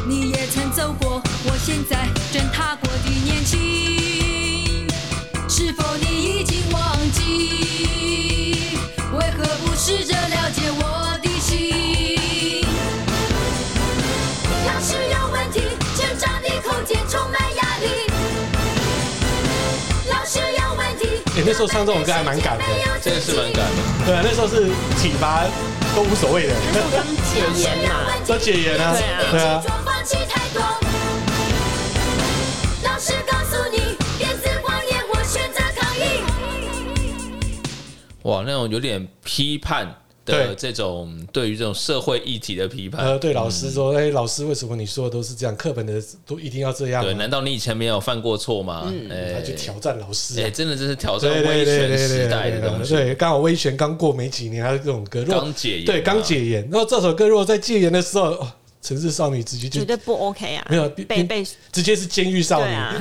Speaker 8: 你也曾走过我现在正踏过的年轻，是否你已经忘记？为何不试着了解我的心？要是有问题，成长的空间充满压力。老师有问题。
Speaker 2: 哎那时候唱这种歌还蛮敢的
Speaker 3: 真的是蛮感的。
Speaker 2: 对啊，那时候是体罚都无所谓的，
Speaker 1: 那时候刚解严嘛，
Speaker 2: 都解严啊
Speaker 1: 对啊，
Speaker 2: 对啊。
Speaker 8: 放弃太多。老师告诉你，电子谎言，我选择抗议。
Speaker 3: 哇，那种有点批判的
Speaker 2: 对
Speaker 3: 这种对于这种社会议题的批判，
Speaker 2: 呃，对老
Speaker 3: 嗯
Speaker 2: 师说，哎、老师，为什么你说的都是这样？课本的都一定要这样、
Speaker 3: 对，
Speaker 2: 啊？嗯
Speaker 3: 难道你以前没有犯过错吗？哎
Speaker 2: 他去挑战老师、
Speaker 3: 哎、
Speaker 2: 啊。
Speaker 3: 真的这是挑战
Speaker 2: 对对
Speaker 3: 威
Speaker 2: 对
Speaker 3: 权
Speaker 2: 对
Speaker 3: 时
Speaker 2: 对
Speaker 3: 代
Speaker 2: 对
Speaker 3: 的东
Speaker 2: 对，
Speaker 3: 西。
Speaker 2: 对，刚好威权刚过没几年，他这种歌，如果
Speaker 3: 刚解严啊
Speaker 2: 对，刚解严。然后这首歌如果在戒严的时候，哦城市少女直接就
Speaker 1: 绝对不 OK 啊，
Speaker 2: 没有哦
Speaker 1: 被被
Speaker 2: 直接是监狱少
Speaker 1: 对
Speaker 2: 女， (laughs)
Speaker 1: 啊，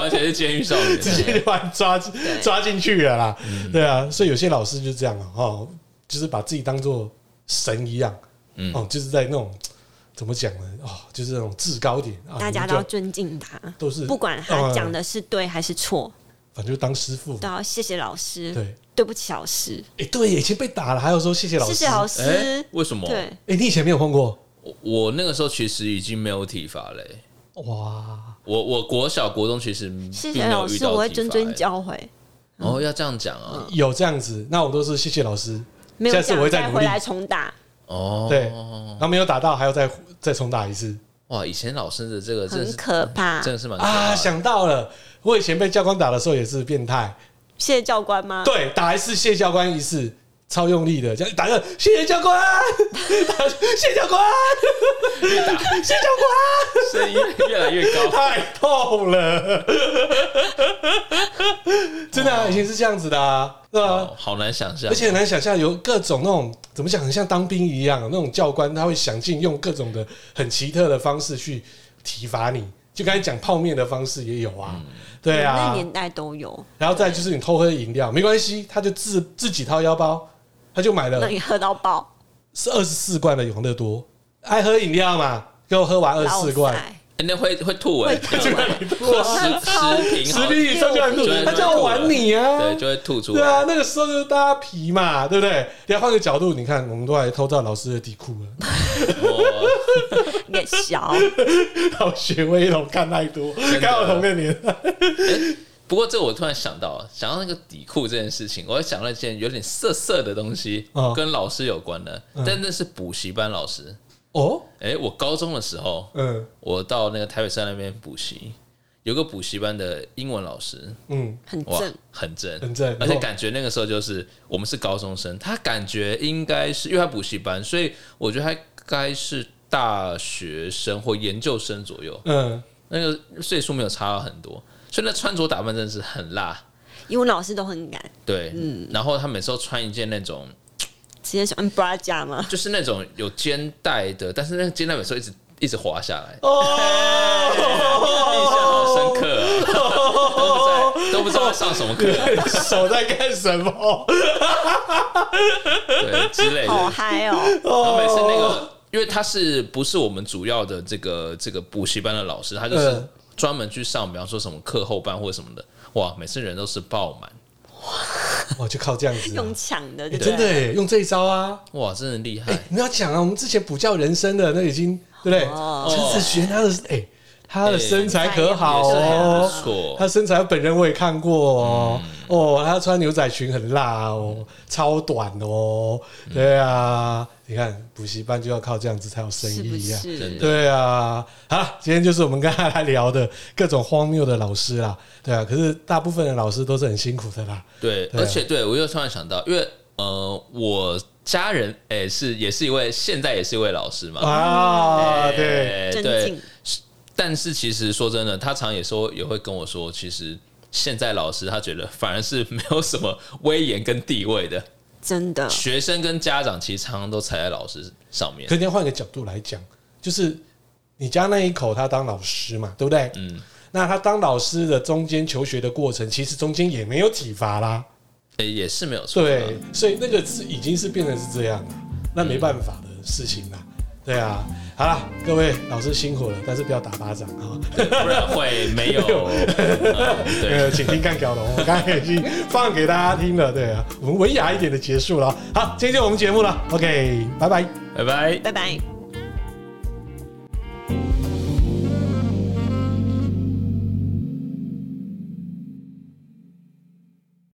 Speaker 3: 完全是监狱少年。哎
Speaker 2: 直接就把你抓抓进去了啦。
Speaker 3: 嗯
Speaker 2: 对啊，所以有些老师就这样啊，哦，就是把自己当做神一样，
Speaker 3: 嗯
Speaker 2: 哦，就是在那种怎么讲呢？哦，就是那种制高点啊，
Speaker 1: 大
Speaker 2: 你
Speaker 1: 家
Speaker 2: 们
Speaker 1: 都
Speaker 2: 就
Speaker 1: 要尊敬他，
Speaker 2: 都是
Speaker 1: 不管他讲的是对还是错，
Speaker 2: 反正就当师傅嘛
Speaker 1: 都。要谢谢老师，
Speaker 2: 哦对，
Speaker 1: 对不起老师，
Speaker 2: 哎、对，以前被打了，还有说谢谢老师。
Speaker 1: 谢谢老
Speaker 2: 师。
Speaker 1: 师，
Speaker 3: 哎、为什么？
Speaker 1: 对，
Speaker 2: 哎、你以前没有碰过？
Speaker 3: 我我那个时候其实已经没有体罚嘞、
Speaker 2: 哇，
Speaker 3: 我我国小国中其实
Speaker 1: 谢
Speaker 3: 并
Speaker 1: 谢
Speaker 3: 没
Speaker 1: 老
Speaker 3: 有遇
Speaker 1: 师，
Speaker 3: 到
Speaker 1: 我会
Speaker 3: 体
Speaker 1: 谆
Speaker 3: 罚
Speaker 1: 谆
Speaker 3: 欸
Speaker 1: 教嗯诲，
Speaker 3: 哦，要这样讲啊。
Speaker 2: 有这样子，那我都是谢谢老师。
Speaker 1: 没有
Speaker 2: 下次
Speaker 1: 讲
Speaker 2: 我会再
Speaker 1: 再
Speaker 2: 努
Speaker 1: 回
Speaker 2: 力。
Speaker 1: 来重打，
Speaker 3: 哦，
Speaker 2: 对，然后没有打到，还要再再重打一次
Speaker 3: 哇，以前老师的 (laughs) 这个真的
Speaker 1: 很
Speaker 3: 是
Speaker 1: 可怕。
Speaker 3: 真的是蛮可怕
Speaker 2: 啊！
Speaker 3: 的
Speaker 2: 想到了，我以前被教官打的时候也是变态，
Speaker 1: 谢谢教官吗？
Speaker 2: 对，打一次谢教官一次。超用力的，这样打个谢谢教官，
Speaker 1: (laughs)
Speaker 2: 打谢谢教官，谢谢教官，
Speaker 3: 声音越来越
Speaker 2: (laughs)
Speaker 3: 高。
Speaker 2: 太痛了，真的、啊，以前是这样子的啊，对吧、
Speaker 3: 好好难想象，
Speaker 2: 而且很难想象有各种那种怎么讲，很像当兵一样，那种教官他会想尽用各种的很奇特的方式去体罚你。就刚才讲泡面的方式也有啊，
Speaker 3: 嗯
Speaker 2: 对
Speaker 1: 我们
Speaker 2: 啊
Speaker 1: 那，年代都有，
Speaker 2: 然后再就是你偷喝饮料没关系，他就自自己掏腰包，他就买
Speaker 1: 那
Speaker 2: 了
Speaker 1: 你喝到爆，
Speaker 2: 是二十四罐的永乐多，爱喝饮料嘛，给我喝完二十四
Speaker 1: 老
Speaker 2: 罐，
Speaker 1: 塞
Speaker 3: 哎那会会吐哎、
Speaker 1: 会
Speaker 3: 欸，
Speaker 2: 啊
Speaker 1: 吐
Speaker 3: 喝十十瓶好
Speaker 2: 十瓶以上就很吐
Speaker 3: 对，
Speaker 2: 他叫我玩你啊，
Speaker 3: 对，就会吐出
Speaker 2: 对啊
Speaker 3: 来。，
Speaker 2: 那个时候就是大家皮嘛，对不对？你要换个角度，你看我们都还偷到老师的底裤了。
Speaker 3: 我
Speaker 1: 也
Speaker 3: (laughs)
Speaker 1: 小，
Speaker 2: 到学威龙看太多，刚好同个年代。
Speaker 3: 不过这我突然想到，想到那个底裤这件事情，我还想到一件有点涩涩的东西
Speaker 2: 哦，
Speaker 3: 跟老师有关的，
Speaker 2: 嗯
Speaker 3: 但那是补习班老师。
Speaker 2: 哦，
Speaker 3: 哎，我高中的时候，
Speaker 2: (laughs) 嗯
Speaker 3: 我到那个台北山那边补习，有个补习班的英文老师，
Speaker 2: 嗯，
Speaker 1: 很
Speaker 3: 哇
Speaker 1: 正，，
Speaker 3: 很正，
Speaker 2: 很正
Speaker 3: 而且感觉那个时候就是我们是高中生，他感觉应该是因为他补习班，所以我觉得他应该是大学生或研究生左右，
Speaker 2: 嗯，
Speaker 3: 那个岁数没有差很多，所以那穿着打扮真的是很辣。
Speaker 1: 英文老师都很敢，
Speaker 3: 对，
Speaker 1: 嗯
Speaker 3: 然后他每次都穿一件那种，
Speaker 1: 直接穿 bra 架吗？
Speaker 3: 就是那种有肩带的，但是那个肩带每次都一直一直滑下来，
Speaker 2: 哦
Speaker 3: 印象好深
Speaker 2: (laughs)
Speaker 3: 刻、啊，都不知道都不知道在上什么课，啊
Speaker 2: 手在干什 (laughs) 么？
Speaker 3: 对之类
Speaker 1: 好
Speaker 3: 的。
Speaker 1: 嗨哦！
Speaker 3: 然后每次那个，因为他是不是我们主要的这个这个补习班的老师，他就是
Speaker 2: 嗯
Speaker 3: 专门去上，比方说什么课后班或者什么的，哇，每次人都是爆满，
Speaker 2: 我就靠这样子啊、
Speaker 1: 用抢的，
Speaker 2: 欸
Speaker 1: 对不对
Speaker 2: 真的耶，用这一招啊！
Speaker 3: 哇，真的厉害。
Speaker 2: 哎、你要讲啊，我们之前补教人生的那已经对不对？
Speaker 1: 哦
Speaker 2: 陈子璇他的哎、他的身材可好
Speaker 3: 也
Speaker 2: 哦
Speaker 3: 是很不，错
Speaker 2: 他身材本人我也看过哦，哦，他穿牛仔裙很辣哦，超短哦，对啊，你看补习班就要靠这样子才有生
Speaker 1: 是不
Speaker 2: 意呀、啊。
Speaker 3: 真
Speaker 1: 是？
Speaker 3: 的
Speaker 2: 对啊，好，今天就是我们刚才来聊的各种荒谬的老师啦，对啊，可是大部分的老师都是很辛苦的啦，
Speaker 3: 对，
Speaker 2: 对啊
Speaker 3: 而且对我又突然想到，因为呃，我家人哎、是也是一位，现在也是一位老师嘛。
Speaker 2: 啊，
Speaker 3: 哎
Speaker 2: 对，
Speaker 1: 尊
Speaker 3: 哦对
Speaker 1: 敬，
Speaker 3: 但是其实说真的，他常也说也会跟我说，其实现在老师他觉得反而是没有什么威严跟地位的，
Speaker 1: 真的
Speaker 3: 学生跟家长其实常常都踩在老师上面
Speaker 2: 可。你要换个角度来讲，就是你家那一口他当老师嘛，对不对？
Speaker 3: 嗯，
Speaker 2: 那他当老师的中间求学的过程，其实中间也没有体罚啦，
Speaker 3: 哎、也是没有错。
Speaker 2: 对，，所以那个是已经是变成是这样了，那没办法的事情啦，对啊。好啦，各位老师辛苦了，但是不要打巴掌啊！
Speaker 3: 不然会没有。呃
Speaker 2: 呃，
Speaker 3: 对，
Speaker 2: 请听干掉龙，我刚才已经放给大家听了，对啊，我们文雅一点的结束了。好，今天就我们节目了，OK，拜拜。
Speaker 3: 拜拜。
Speaker 1: 拜拜。